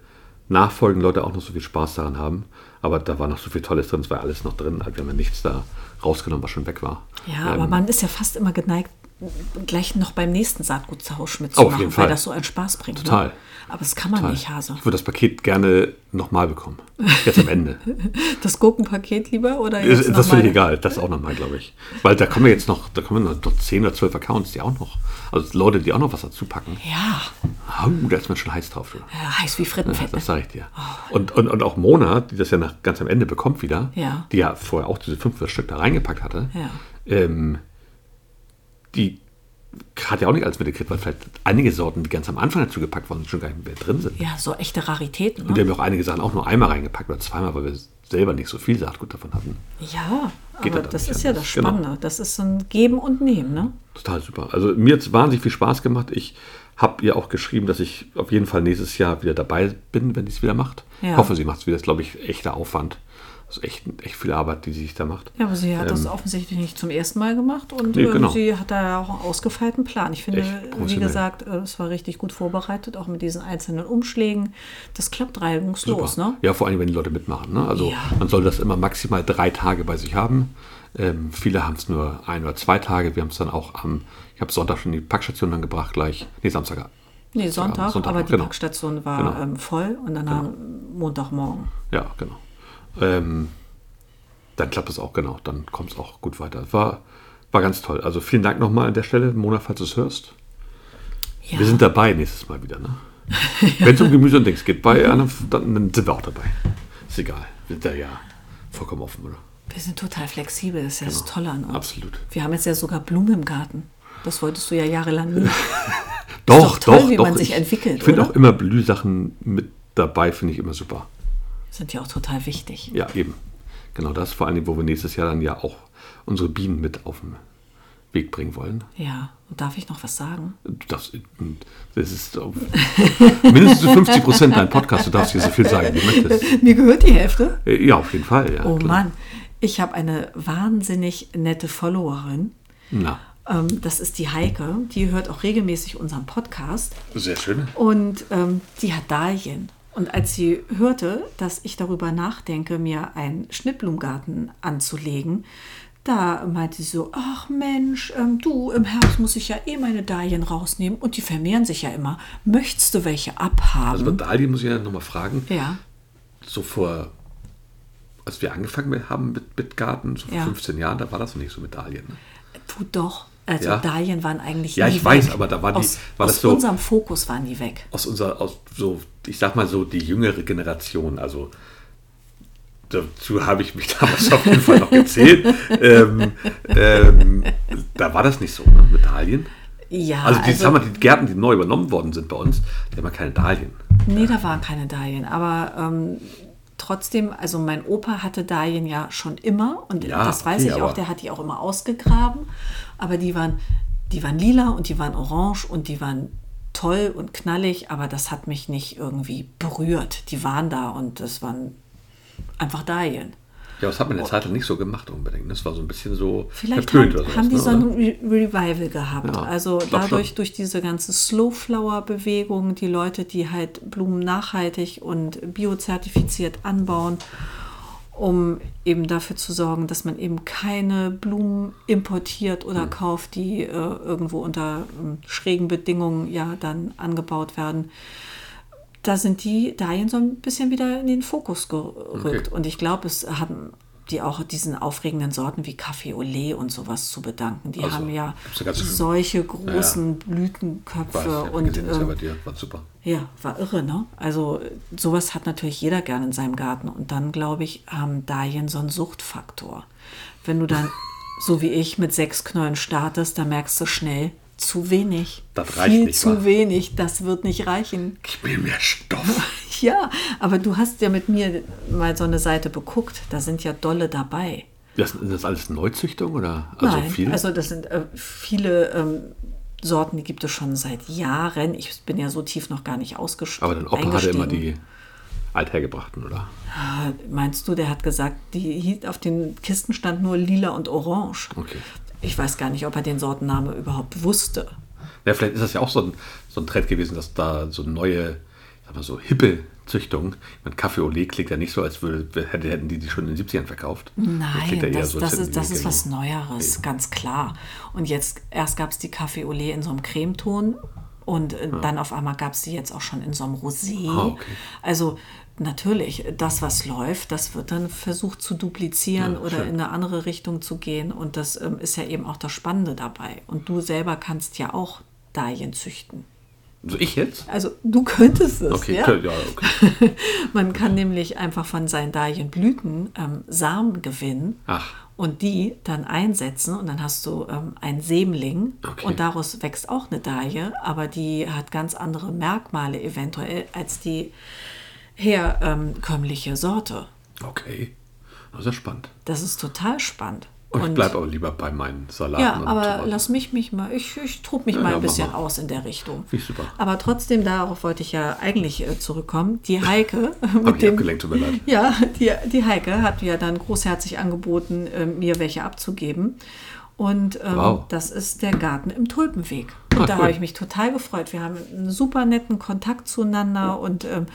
A: nachfolgenden Leute auch noch so viel Spaß daran haben. Aber da war noch so viel Tolles drin, es war alles noch drin. Also wir haben ja nichts da rausgenommen, was schon weg war.
B: Ja, aber
A: Ähm,
B: man ist ja fast immer geneigt, gleich noch beim nächsten Saatguttausch mitzumachen,
A: jeden Fall.
B: weil das so einen Spaß bringt.
A: Total.
B: Ne? Aber das kann man nicht, Hase.
A: Ich würde das Paket gerne nochmal bekommen. Jetzt am Ende.
B: Das Gurkenpaket lieber oder
A: Ist-
B: jetzt
A: ist Äh, das
B: nochmal?
A: völlig egal, das auch nochmal, glaube ich. Weil da kommen wir jetzt noch, da kommen wir noch 10 oder 12 Accounts, die auch noch, also Leute, die auch noch was dazu packen.
B: Ja,
A: Au, da ist man schon heiß drauf. Ja.
B: ja, heiß wie Frittenfett.
A: Das sage ich dir. Und, und, und auch Mona, die das ja nach, ganz am Ende bekommt wieder,
B: Ja.
A: die ja vorher auch diese fünf Stück da reingepackt hatte,
B: Ja.
A: ähm, die hat ja auch nicht alles mitgekriegt, weil vielleicht einige Sorten, die ganz am Anfang dazu gepackt waren, schon gar nicht mehr drin sind.
B: Ja, so echte Raritäten.
A: Und
B: Ne?
A: die haben ja auch einige Sachen auch nur einmal reingepackt oder zweimal, weil wir selber nicht so viel Saatgut davon hatten.
B: Ja,
A: Geht
B: aber
A: ja dann
B: das
A: nicht
B: ist ja
A: anders.
B: das
A: Genau.
B: Spannende. Das ist so ein Geben und Nehmen. Ne?
A: Total super. Also mir hat es wahnsinnig viel Spaß gemacht. Ich habe ihr auch geschrieben, dass ich auf jeden Fall nächstes Jahr wieder dabei bin, wenn sie es wieder macht.
B: Ja.
A: Ich hoffe, sie macht es wieder. Das ist, glaube ich, echter Aufwand. Das ist echt, echt viel Arbeit, die sie sich da macht.
B: Ja, aber sie hat das
A: Ähm,
B: offensichtlich nicht zum ersten Mal gemacht und
A: Nee,
B: ähm,
A: genau.
B: sie hat da ja auch einen ausgefeilten Plan. Ich finde,
A: Echt
B: wie
A: professionell.
B: gesagt, äh, es war richtig gut vorbereitet, auch mit diesen einzelnen Umschlägen. Das klappt reibungslos,
A: Super.
B: ne?
A: Ja, vor allem, wenn die Leute mitmachen. Ne? Also
B: Ja.
A: man soll das immer maximal drei Tage bei sich haben. Ähm, viele haben es nur ein oder zwei Tage. Wir haben es dann auch am, ich habe Sonntag schon in die Packstation dann gebracht gleich. Nee, Samstag.
B: Nee, Sonntag,
A: Sonntag
B: aber
A: noch,
B: die
A: genau.
B: Packstation war
A: Genau.
B: ähm, voll und dann am Montagmorgen.
A: Ja, genau. Ähm, dann klappt es auch genau. Dann kommt es auch gut weiter. War, war ganz toll. Also vielen Dank nochmal an der Stelle, Mona, falls du es hörst.
B: Ja,
A: Wir sind dabei nächstes Mal wieder. Ne? Wenn es um Gemüse und Dings geht,
B: Mhm.
A: bei, einem- dann sind wir auch dabei. Ist egal. Wir sind da ja vollkommen offen, oder?
B: wir sind total flexibel, das ist ja das Tolle an uns.
A: Genau. Absolut.
B: Wir haben jetzt ja sogar Blumen im Garten. Das wolltest du ja jahrelang nicht.
A: Doch,
B: doch toll,
A: doch,
B: wie
A: doch.
B: man sich
A: Ich-
B: entwickelt,
A: Ich finde
B: oder?
A: auch immer Blühsachen mit dabei, finde ich immer super.
B: Sind ja auch total wichtig.
A: Ja, eben. Genau das, vor allem, wo wir nächstes Jahr dann ja auch unsere Bienen mit auf den Weg bringen wollen.
B: Ja, und darf ich noch was sagen?
A: Du darfst, das ist äh, mindestens zu 50 Prozent dein Podcast. Du darfst hier so viel sagen, wie du möchtest.
B: Mir gehört die Hälfte.
A: Äh, Ja, auf jeden Fall. Ja,
B: Oh
A: klar.
B: Mann, ich habe eine wahnsinnig nette Followerin.
A: Na,
B: Ähm, das ist die Heike. Die hört auch regelmäßig unseren Podcast.
C: Sehr schön.
B: Und ähm, die hat Dahlien. Und als sie hörte, dass ich darüber nachdenke, mir einen Schnittblumengarten anzulegen, da meinte sie so, ach Mensch, ähm, du, im Herbst muss ich ja eh meine Dahlien rausnehmen und die vermehren sich ja immer. Möchtest du welche abhaben?
A: also bei Dahlien muss ich ja nochmal fragen.
B: ja,
A: So vor, als wir angefangen haben mit, mit Garten, so vor
B: Ja.
A: 15 Jahren, da war das noch nicht so mit Dahlien. Ne?
B: tut doch. Also
A: Ja.
B: Dahlien waren eigentlich
A: Ja,
B: nie
A: ich weiß,
B: weg.
A: aber da war die-
B: aus,
A: war
B: aus
A: das so-
B: unserem Fokus waren die weg.
A: aus unserer, aus so, ich sag mal so, die jüngere Generation, also dazu habe ich mich damals auf jeden Fall noch gezählt. ähm, ähm, da war das nicht so, ne? Mit Dahlien.
B: Ja,
A: Also, die, sag mal, die Gärten, die neu übernommen worden sind bei uns, die haben ja keine Dahlien.
B: Nee, da waren keine Dahlien. Aber ähm, trotzdem, also mein Opa hatte Dahlien ja schon immer. Und
A: Ja,
B: das weiß
A: okay,
B: ich
A: aber-
B: auch, der hat die auch immer ausgegraben. Aber die waren, die waren lila und die waren orange und die waren toll und knallig. Aber das hat mich nicht irgendwie berührt. Die waren da und das waren einfach Dahlien.
A: Ja, das hat man in der Zeit lang nicht so gemacht unbedingt. Das war so ein bisschen so
B: Oh. Vielleicht
A: verpönt
B: haben,
A: sowas,
B: haben die
A: ne,
B: so
A: oder?
B: ein Re Revival gehabt.
A: Ja,
B: also
A: ich glaub
B: dadurch,
A: schon.
B: durch diese ganze Slowflower-Bewegung, die Leute, die halt Blumen nachhaltig und biozertifiziert anbauen, um eben dafür zu sorgen, dass man eben keine Blumen importiert oder
A: Mhm.
B: kauft, die äh, irgendwo unter ähm, schrägen Bedingungen ja dann angebaut werden. Da sind die Dahlien so ein bisschen wieder in den Fokus gerückt.
A: Okay.
B: Und ich glaube, es haben die auch diesen aufregenden Sorten wie Kaffee Olé und sowas zu bedanken. Die
A: Also,
B: haben ja
A: gibt's eine ganze-
B: solche großen Blütenköpfe
A: Weiß, ich hab
B: und
A: gesehen, das ist ja
B: ähm,
A: bei dir, war super.
B: ja, war irre, ne? Also sowas hat natürlich jeder gerne in seinem Garten. Und dann, glaube ich, haben Dahlien so einen Suchtfaktor. Wenn du dann, so wie ich, mit sechs Knollen startest, dann merkst du schnell, zu wenig.
A: Das reicht
B: Viel
A: nicht,
B: zu
A: wa?
B: wenig, das wird nicht reichen.
A: Gib mir mehr Stoff.
B: Ja, aber du hast ja mit mir mal so eine Seite beguckt, da sind ja Dolle dabei.
A: Das, sind das alles Neuzüchtung oder? Also
B: Nein,
A: viel?
B: also das sind äh, viele ähm, Sorten, die gibt es schon seit Jahren. Ich bin ja so tief noch gar nicht ausgestiegen.
A: Aber dein Opa hatte immer die althergebrachten, oder?
B: Ah, Meinst du, der hat gesagt, die hielt auf den Kisten stand nur lila und orange.
A: Okay.
B: Ich weiß gar nicht, ob er den Sortenname überhaupt wusste.
A: Ja, vielleicht ist das ja auch so ein, so ein Trend gewesen, dass da so neue, ich sag mal so hippe Züchtungen. Ich meine, Kaffee Olé klingt ja nicht so, als würde, hätte, hätten die die schon in den 70ern verkauft.
B: Nein,
A: klingt ja eher
B: das,
A: so, genau. als
B: das,
A: hätten
B: ist, das
A: die
B: ist was Neueres, ganz klar. Und jetzt erst gab es die Café au lait in so einem Cremeton und äh, dann auf einmal gab es die jetzt auch schon in so einem Rosé.
A: Ah, okay.
B: Also natürlich, das, was läuft, das wird dann versucht zu duplizieren
A: Ja,
B: oder
A: schön.
B: in eine andere Richtung zu gehen. Und das ähm, ist ja eben auch das Spannende dabei. Und du selber kannst ja auch Dahlien züchten.
A: So ich jetzt?
B: Also du könntest es.
A: Okay,
B: ja?
A: klar, ja, okay.
B: Man kann nämlich einfach von seinen Dahlienblüten ähm, Samen gewinnen
A: Ach.
B: und die dann einsetzen und dann hast du ähm, einen Sämling
A: Okay.
B: und daraus wächst auch eine Dahlie, aber die hat ganz andere Merkmale eventuell als die herkömmliche Sorte.
A: Okay. Das ist ja spannend.
B: Das ist total spannend.
A: Und ich bleibe aber lieber bei meinen Salaten.
B: ja,
A: und
B: aber
A: Tomaten.
B: lass mich mich mal, ich, ich trub mich
A: Ja,
B: mal
A: ja,
B: ein
A: mach
B: bisschen
A: mal.
B: aus in der Richtung.
A: Finde ich super.
B: Aber trotzdem, darauf wollte ich ja eigentlich äh, zurückkommen. Die Heike äh,
A: Hab
B: mit
A: ich
B: dem
A: abgelenkt, tut mir leid.
B: Ja, die, die Heike hat mir dann großherzig angeboten, äh, mir welche abzugeben. Und ähm,
A: Wow.
B: das ist der Garten im Tulpenweg.
A: Ah,
B: Und da
A: cool.
B: habe ich mich total gefreut. Wir haben einen super netten Kontakt zueinander und ähm,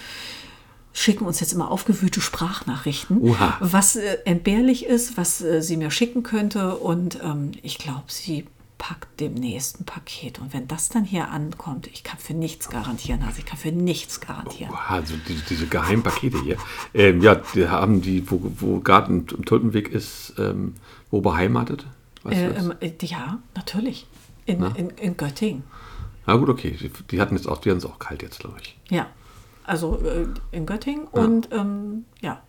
B: schicken uns jetzt immer aufgewühlte Sprachnachrichten,
A: Oha.
B: was äh, entbehrlich ist, was äh, sie mir schicken könnte. Und ähm, ich glaube, sie packt demnächst ein Paket. Und wenn das dann hier ankommt, ich kann für nichts garantieren. Also ich kann für nichts garantieren.
A: Wow, also die, diese Geheimpakete hier. Ähm, ja, die haben die, wo, wo Garten im Tulpenweg ist, ähm, wo beheimatet? Weißt du
B: Äh,
A: das?
B: ähm, äh, ja, natürlich. In, in, in Göttingen.
A: Na gut, okay. Die, die hatten jetzt auch, die hatten es auch kalt jetzt, glaube ich.
B: Ja. Also äh, in Göttingen und ähm, ja.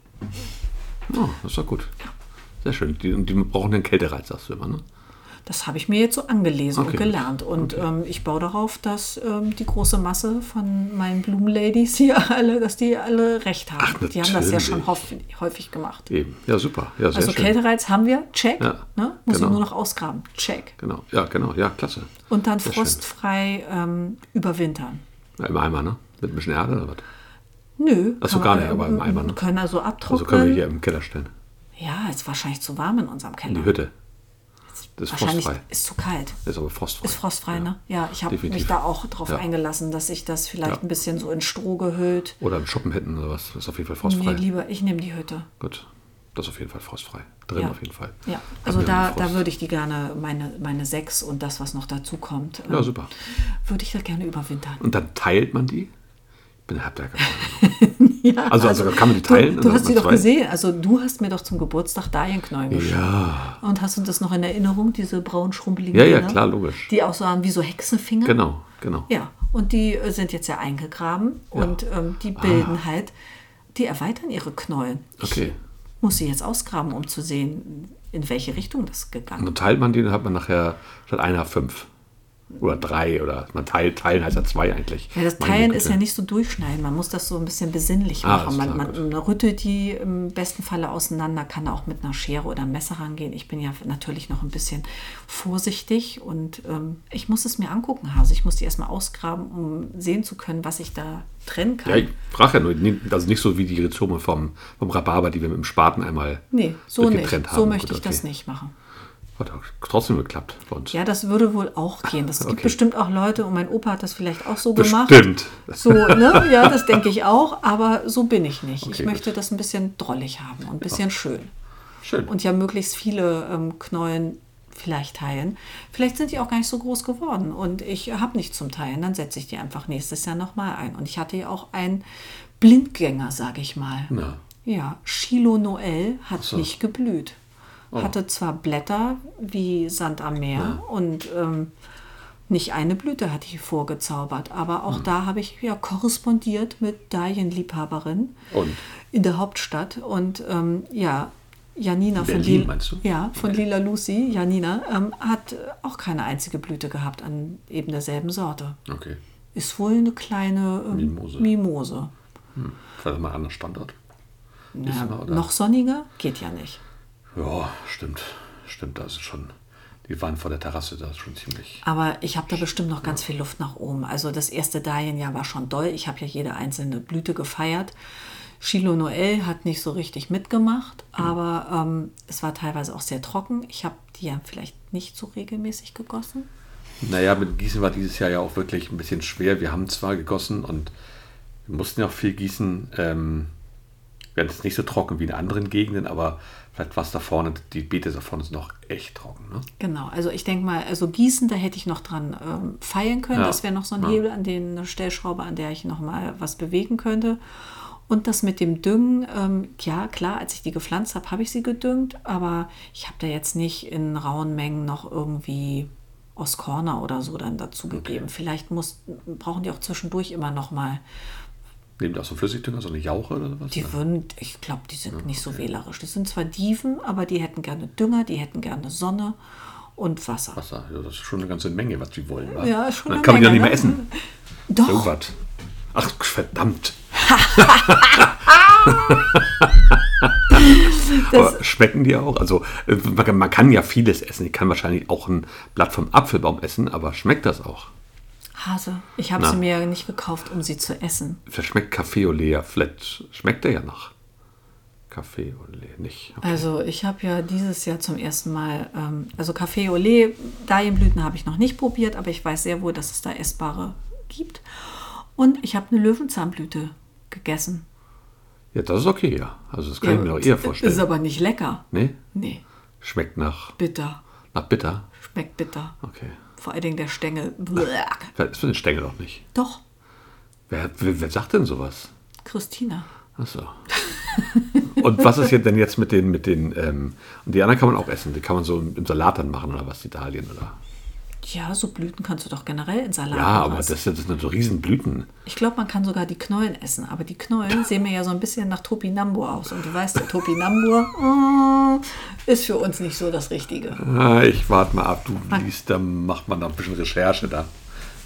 A: Oh, das ist doch gut. Sehr schön. Die, und die brauchen den Kältereiz, sagst du immer, ne?
B: Das habe ich mir jetzt so angelesen und
A: Okay.
B: gelernt. Und ähm, ich baue darauf, dass ähm, die große Masse von meinen Blumenladies hier alle, dass die alle recht haben.
A: Ach,
B: die haben das ja schon
A: natürlich.
B: hoff, häufig gemacht.
A: Eben. Ja, super. Ja, sehr
B: Also
A: schön.
B: Kältereiz haben wir, check.
A: Ja,
B: ne? Muss
A: genau.
B: ich nur noch ausgraben, check.
A: Genau. Ja, genau. Ja, klasse.
B: Und dann
A: Sehr schön.
B: frostfrei ähm, überwintern.
A: Ja, Im Eimer, ne? Mit ein bisschen Erde oder was?
B: Nö.
A: Ach so,
B: kann man-
A: gar nicht, aber im Eimer, ne?
B: Können also abtrocknen.
A: Also können wir hier im Keller stellen.
B: Ja, ist wahrscheinlich zu warm in unserem
A: In
B: Keller.
A: die Hütte. Das ist
B: wahrscheinlich
A: frostfrei.
B: ist zu kalt.
A: Ist aber frostfrei.
B: Ist frostfrei,
A: ja.
B: ne? Ja, ich habe
A: Definitiv.
B: mich da auch drauf
A: Ja.
B: eingelassen, dass ich das vielleicht
A: Ja.
B: ein bisschen so in Stroh gehüllt.
A: Oder im Schuppen hinten oder was. Ist auf jeden Fall
B: Nee,
A: frostfrei.
B: lieber, ich nehme die Hütte.
A: Gut. Das ist auf jeden Fall frostfrei. Drin
B: Ja.
A: auf jeden Fall.
B: Ja,
A: Hatten
B: also
A: wir
B: da,
A: einen Frost.
B: da würde ich die gerne, meine, meine sechs und das, was noch dazu kommt,
A: Ja,
B: ähm,
A: super.
B: würde ich da halt gerne überwintern.
A: Und dann teilt man die? Ich bin hab da gar keine Ahnung.
B: Ja,
A: Also, also kann man die teilen?
B: Du, du
A: Also
B: hast sie
A: mal
B: doch
A: zwei?
B: gesehen. Also du hast mir doch zum Geburtstag Dahlienknäuel geschenkt.
A: Ja,
B: Und hast du das noch in Erinnerung, diese braun schrumpeligen
A: ja, ja,
B: Dinger,
A: klar, logisch.
B: Die auch so haben wie so Hexenfinger.
A: Genau, genau.
B: Ja, und die äh, sind jetzt ja eingegraben und ähm, die bilden halt, die erweitern ihre Knollen.
A: Ah. Okay.
B: Ich muss sie jetzt ausgraben, um zu sehen, in welche Richtung das gegangen
A: Und
B: ist.
A: dann teilt man den, dann hat man nachher statt einer fünf. Oder drei, oder man teilt, teilen heißt ja zwei eigentlich.
B: Ja, das
A: Meine
B: Teilen
A: Güte.
B: ist ja nicht so durchschneiden, man muss das so ein bisschen besinnlich
A: Ah,
B: machen.
A: alles
B: Man,
A: klar,
B: man rüttelt die im besten Falle auseinander, kann auch mit einer Schere oder einem Messer rangehen. Ich bin ja natürlich noch ein bisschen vorsichtig und ähm, ich muss es mir angucken, Hase. Ich muss die erstmal ausgraben, um sehen zu können, was ich da trennen kann.
A: Ja, ich frage ja nur, nie- also nicht so wie die Rhizome vom, vom Rhabarber, die wir mit dem Spaten einmal
B: Nee, so nicht.
A: durchgetrennt haben.
B: So möchte
A: Gut,
B: ich das
A: okay.
B: nicht machen.
A: Hat auch trotzdem geklappt bei uns.
B: Ja, das würde wohl auch gehen. Das gibt
A: Okay.
B: bestimmt auch Leute, und mein Opa hat das vielleicht auch so gemacht.
A: Bestimmt.
B: So, ne? Ja, das denke ich auch, aber so bin ich nicht. ich
A: Okay,
B: möchte das ein bisschen drollig haben und ein bisschen schön.
A: Schön.
B: Und ja, möglichst viele ähm, Knollen vielleicht teilen. Vielleicht sind die auch gar nicht so groß geworden und ich habe nicht zum Teilen. Dann setze ich die einfach nächstes Jahr nochmal ein. Und ich hatte ja auch einen Blindgänger, sage ich mal.
A: Na.
B: Ja, Chilo Noel hat nicht geblüht.
A: Oh.
B: Hatte zwar Blätter wie Sand am Meer und ähm, nicht eine Blüte hatte ich vorgezaubert, aber
A: Hm.
B: auch da habe ich ja korrespondiert mit Dahlienliebhaberin
A: Und?
B: in der Hauptstadt und ähm, ja, Janina von,
A: Berlin,
B: Lil-
A: meinst du?
B: Ja, von Lila Lucy, Janina, ähm, hat auch keine einzige Blüte gehabt an eben derselben Sorte.
A: Okay.
B: Ist wohl eine kleine ähm,
A: Mimose.
B: Mimose.
A: Vielleicht mal ein anderer Standort.
B: Ja,
A: Wissen wir, oder?
B: noch sonniger geht ja nicht.
A: Ja, stimmt. Stimmt, da ist es schon. Die waren vor der Terrasse, da ist schon ziemlich.
B: Aber ich habe da bestimmt noch ganz viel Luft nach oben. Also das erste Dahlienjahr war schon doll. Ich habe ja jede einzelne Blüte gefeiert. Chilo Noel hat nicht so richtig mitgemacht, aber ähm, es war teilweise auch sehr trocken. Ich habe die ja vielleicht nicht so regelmäßig gegossen.
A: Naja, mit Gießen war dieses Jahr ja auch wirklich ein bisschen schwer. Wir haben zwar gegossen und wir mussten ja auch viel gießen. Ähm, wir hatten es nicht so trocken wie in anderen Gegenden, aber vielleicht war es da vorne, die Beete da vorne sind noch echt trocken. Ne?
B: Genau, also ich denke mal, also Gießen, da hätte ich noch dran ähm, feilen können.
A: Ja.
B: Das wäre noch so ein
A: Ja.
B: Hebel an den eine Stellschraube, an der ich noch mal was bewegen könnte. Und das mit dem Düngen, ähm, ja klar, als ich die gepflanzt habe, habe ich sie gedüngt, aber ich habe da jetzt nicht in rauen Mengen noch irgendwie aus Corner oder so dann dazu gegeben. Vielleicht muss, brauchen die auch zwischendurch immer noch mal.
A: Nehmt ihr auch so Flüssigdünger, so eine Jauche oder was?
B: Die würden, ich glaube, die sind nicht so wählerisch. Die sind zwar Dieven, aber die hätten gerne Dünger, die hätten gerne Sonne und Wasser.
A: Wasser. Ja, das ist schon eine ganze Menge, was die wollen. wa?
B: Ja, ist schon
A: Dann
B: eine
A: kann man ja
B: Menge,
A: nicht mehr
B: ne?
A: essen.
B: Doch.
A: Irgendwas. Oh, Ach, verdammt.
B: Das-
A: Aber schmecken die auch? Also äh, man kann- man kann ja vieles essen. Ich kann wahrscheinlich auch ein Blatt vom Apfelbaum essen, aber schmeckt das auch?
B: Hase, ich habe
A: Na.
B: sie mir ja nicht gekauft, um sie zu essen.
A: Vielleicht schmeckt Kaffee au lait ja vielleicht. Schmeckt er ja nach. Kaffee au lait nicht.
B: Also ich habe ja dieses Jahr zum ersten Mal, ähm, also Café Olé, Dahlienblüten habe ich noch nicht probiert, aber ich weiß sehr wohl, dass es da essbare gibt. Und ich habe eine Löwenzahnblüte gegessen.
A: Ja, das ist okay, ja. Also das kann ich mir doch eher
B: Ist
A: vorstellen.
B: aber nicht lecker.
A: Nee?
B: Nee,
A: Schmeckt nach,
B: bitter.
A: nach bitter.
B: Schmeckt bitter.
A: Okay.
B: Vor allen Dingen der Stängel. Bleh.
A: Vielleicht ist für den Stängel doch nicht.
B: Doch,
A: Wer, wer, wer sagt denn sowas?
B: Christina.
A: Achso. Und was ist jetzt denn jetzt mit den, mit den, ähm, und die anderen kann man auch essen, die kann man so im im Salat dann machen oder was, die Dahlien oder?
B: Ja, so Blüten kannst du doch generell in Salat
A: Ja,
B: machen.
A: aber das, sind- das sind so Riesenblüten.
B: Ich glaube, man kann sogar die Knollen essen, aber die Knollen sehen mir ja so ein bisschen nach Topinambur aus. Und du weißt, der Topinambur äh, ist für uns nicht so das Richtige.
A: Ah, ich warte mal ab, du liest, dann macht man da ein bisschen Recherche da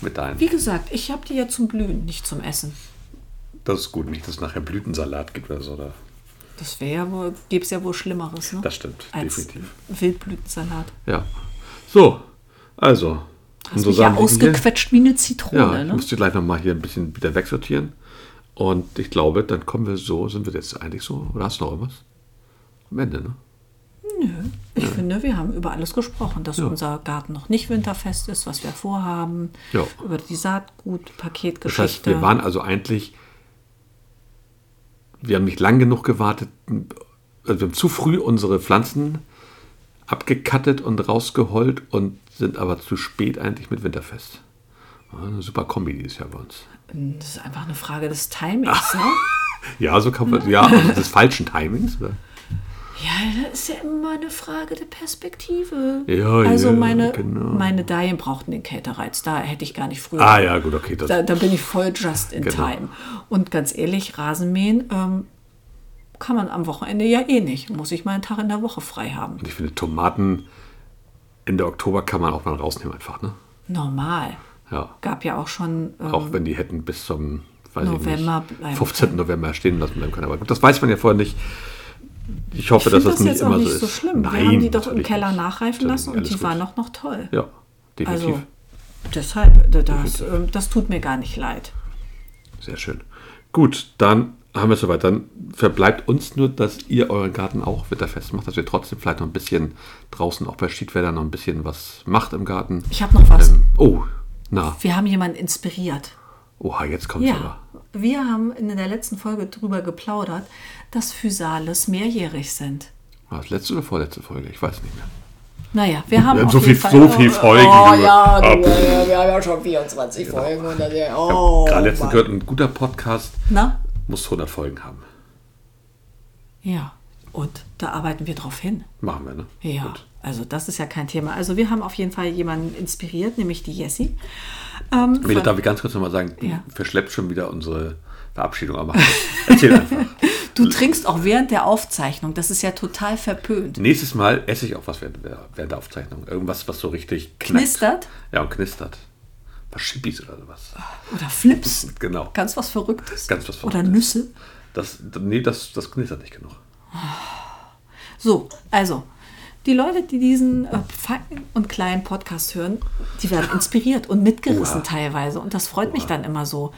A: mit deinen.
B: Wie gesagt, ich habe die ja zum Blühen, nicht zum Essen.
A: Das ist gut, nicht, dass es nachher Blütensalat gibt oder so. Oder?
B: Das wäre ja wohl, gäbe es ja wohl Schlimmeres, ne?
A: Das stimmt,
B: Als
A: definitiv.
B: Wildblütensalat.
A: Ja. So, also.
B: Hast mich ja ausgequetscht wie eine Zitrone,
A: Ja, ich
B: ne?
A: muss die gleich nochmal hier ein bisschen wieder wegsortieren. Und ich glaube, dann kommen wir so, sind wir jetzt eigentlich so, oder hast du noch irgendwas? Am Ende, ne?
B: Ich finde, wir haben über alles gesprochen, dass unser Garten noch nicht winterfest ist, was wir vorhaben,
A: Ja.
B: über die
A: Das heißt,
B: Saatgutpaketgeschichte.
A: wir waren also eigentlich, wir haben nicht lang genug gewartet, also wir haben zu früh unsere Pflanzen abgekattet und rausgeholt und sind aber zu spät eigentlich mit Winterfest. Ja, Eine super Kombi dieses Jahr bei uns.
B: Das ist einfach eine Frage des Timings, ne?
A: Ja, so kann man, ja, also des falschen Timings. ne? Oder?
B: Ja, Äh, das ist ja immer eine Frage der Perspektive.
A: Ja,
B: also
A: ja,
B: meine,
A: genau.
B: meine Daien brauchten den Caterreiz. Da hätte ich gar nicht früher.
A: Ah ja, gut, okay. Das,
B: da, da bin ich voll just in
A: Genau.
B: time. Und ganz ehrlich, Rasenmähen ähm, kann man am Wochenende ja eh nicht. Muss ich mal einen Tag in der Woche frei haben.
A: und ich finde, Tomaten Ende Oktober kann man auch mal rausnehmen einfach, ne?
B: Normal.
A: Ja.
B: Gab ja auch schon. Ähm,
A: Auch wenn die hätten bis zum, weiß
B: November
A: ich
B: bleiben
A: nicht, 15. November stehen lassen bleiben können. Aber gut, das weiß man ja vorher nicht. Ich hoffe, dass
B: ich finde
A: das,
B: das,
A: nicht
B: jetzt auch
A: immer
B: nicht
A: so
B: so
A: ist.
B: schlimm.
A: Nein,
B: Wir haben die doch im
A: natürlich
B: Keller
A: nicht.
B: nachreifen
A: Natürlich
B: lassen und
A: alles
B: die
A: gut.
B: waren noch, noch toll.
A: Ja, definitiv.
B: also deshalb, das, ähm, das tut mir gar nicht leid.
A: Sehr schön. Gut, dann haben wir es soweit. Dann verbleibt uns nur, dass ihr euren Garten auch wetterfest macht, dass ihr trotzdem vielleicht noch ein bisschen draußen, auch bei Schiedwetter, noch ein bisschen was macht im Garten.
B: Ich habe noch was.
A: Ähm, oh, na,
B: Wir haben jemanden inspiriert.
A: oha, jetzt kommt's
B: Ja.
A: aber.
B: Wir haben in der letzten Folge drüber geplaudert, dass Physales mehrjährig sind.
A: War das letzte oder vorletzte Folge? Ich weiß nicht mehr.
B: Naja, wir haben
A: Wir haben
B: Oh, auf
A: so
B: jeden
A: viel,
B: Fall,
A: so viel Folgen.
D: Oh
A: du.
D: ja, du, ja, wir haben ja schon 24 Folgen und dann, oh,
A: Genau. Gerade letztens
D: Mann.
A: gehört, ein guter Podcast
B: Na?
A: muss 100 Folgen haben.
B: Ja. Und da arbeiten wir drauf hin.
A: Machen wir, ne?
B: Ja,
A: Gut.
B: also das ist ja kein Thema. Also wir haben auf jeden Fall jemanden inspiriert, nämlich die Jessie. Ähm,
A: Mele,
B: von,
A: darf ich ganz kurz nochmal sagen, du
B: Ja.
A: verschleppst schon wieder unsere Verabschiedung. Aber erzähl einfach.
B: du trinkst auch während der Aufzeichnung. Das ist ja total verpönt.
A: Nächstes Mal esse ich auch was während, während der Aufzeichnung. Irgendwas, was so richtig knackt.
B: Knistert?
A: Ja, und knistert. Was Schippis oder sowas.
B: Oder Flips.
A: Genau.
B: Ganz was Verrücktes.
A: Ganz was
B: Oder
A: Verrücktes.
B: Nüsse.
A: Das, nee, das, das knistert nicht genug.
B: So, also, die Leute, die diesen äh, feinen und kleinen Podcast hören, die werden inspiriert und mitgerissen
A: Oha.
B: teilweise. Und das freut mich dann immer so,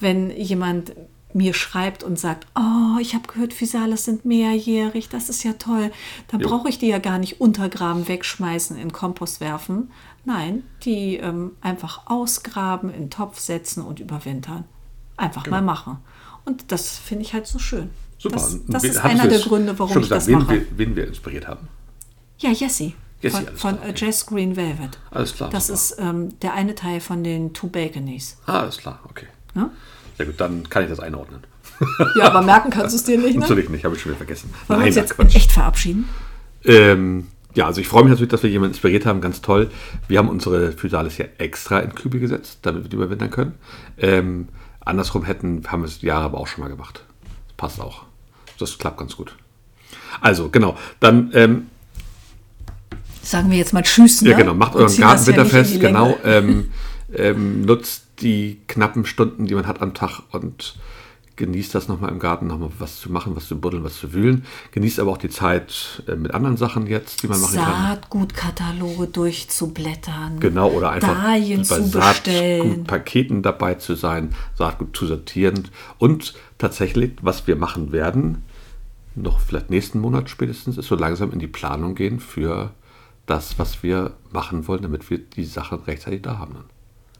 B: wenn jemand mir schreibt und sagt, oh, ich habe gehört, Physalis sind mehrjährig, das ist ja toll. Dann
A: Jo.
B: brauche ich die ja gar nicht untergraben, wegschmeißen, in Kompost werfen. Nein, die ähm, einfach ausgraben, in den Topf setzen und überwintern. Einfach mal machen. Und das finde ich halt so schön.
A: Genau. Super.
B: Das,
A: Und
B: das
A: wen-
B: ist
A: hattest
B: einer
A: du
B: der
A: jetzt
B: Gründe, warum
A: schon
B: ich das
A: wen,
B: mache.
A: Wir, wen wir inspiriert haben.
B: Ja, Jessie.
A: Jessie,
B: von
A: alles
B: von
A: klar.
B: A Jazz Green Velvet.
A: Alles klar,
B: Das
A: super.
B: ist ähm, der eine Teil von den Two Balconies.
A: Ah, alles klar, okay.
B: Ne?
A: Sehr gut, dann kann ich das einordnen.
B: Ja, aber merken kannst du es dir nicht, ne?
A: Natürlich nicht, habe ich schon wieder vergessen.
B: Wollen wir uns
A: na,
B: jetzt in echt verabschieden?
A: Ähm, ja, also ich freue mich natürlich, dass wir jemanden inspiriert haben, ganz toll. Wir haben unsere Physalis ja extra in Kübel gesetzt, damit wir die überwintern können. Ähm, andersrum hätten, haben wir es die Jahre aber auch schon mal gemacht. Das passt auch. Das klappt ganz gut. Also, genau. Dann, ähm,
B: Sagen wir jetzt mal Tschüss, ne?
A: ja, genau, macht
B: Und
A: euren
B: ziehen
A: Garten
B: das ja nicht in
A: winterfest,
B: die Länge.
A: genau. Ähm, ähm, nutzt die knappen Stunden, die man hat am Tag und genießt das nochmal im Garten, nochmal was zu machen, was zu buddeln, was zu wühlen. Genießt aber auch die Zeit äh, mit anderen Sachen jetzt, die man machen kann.
B: Saatgutkataloge durchzublättern.
A: Genau, oder einfach
B: Dahlien
A: bei
B: zu bestellen.
A: Saatgutpaketen dabei zu sein, Saatgut zu sortieren und tatsächlich, was wir machen werden, noch vielleicht nächsten Monat spätestens, ist so langsam in die Planung gehen für das, was wir machen wollen, damit wir die Sachen rechtzeitig da haben.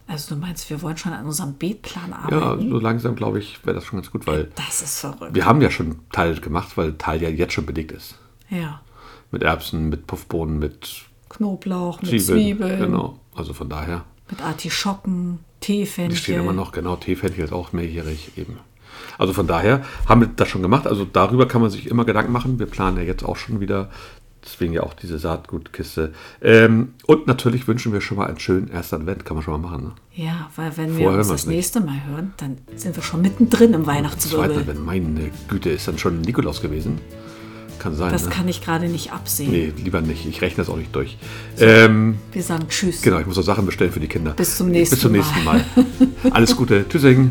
B: Also du meinst, wir wollen schon an unserem Beetplan
A: Ja,
B: arbeiten?
A: so langsam, glaube ich, wäre das schon ganz gut, weil
B: Das ist verrückt.
A: wir haben ja schon Teil gemacht, weil Teil ja jetzt schon belegt ist.
B: Ja.
A: Mit Erbsen, mit Puffbohnen, mit
B: Knoblauch mit
A: Zwiebeln.
B: Zwiebeln,
A: Genau, also von daher.
B: mit Artischocken,
A: Die stehen immer
B: Teefenchel.
A: noch, genau, Teefenchel ist auch mehrjährig eben. Also von daher haben wir das schon gemacht. Also darüber kann man sich immer Gedanken machen. Wir planen ja jetzt auch schon wieder, deswegen ja auch diese Saatgutkiste. Ähm, und natürlich wünschen wir schon mal einen schönen ersten Advent, kann man schon mal machen. Ne?
B: Ja, weil wenn
A: Vorher
B: wir uns
A: hören
B: das
A: wir's nicht.
B: nächste Mal hören, dann sind wir schon mittendrin im
A: Zweiten
B: Weihnachtswirbel.
A: Advent, meine Güte, ist dann schon Nikolaus gewesen. Kann sein.
B: Das
A: ne?
B: kann ich gerade nicht absehen.
A: nee, lieber nicht. Ich rechne das auch nicht durch. Ähm,
B: Wir sagen Tschüss.
A: genau, ich muss noch Sachen bestellen für die Kinder.
B: Bis zum nächsten
A: Bis zum nächsten Mal. Alles Gute. Tschüssing.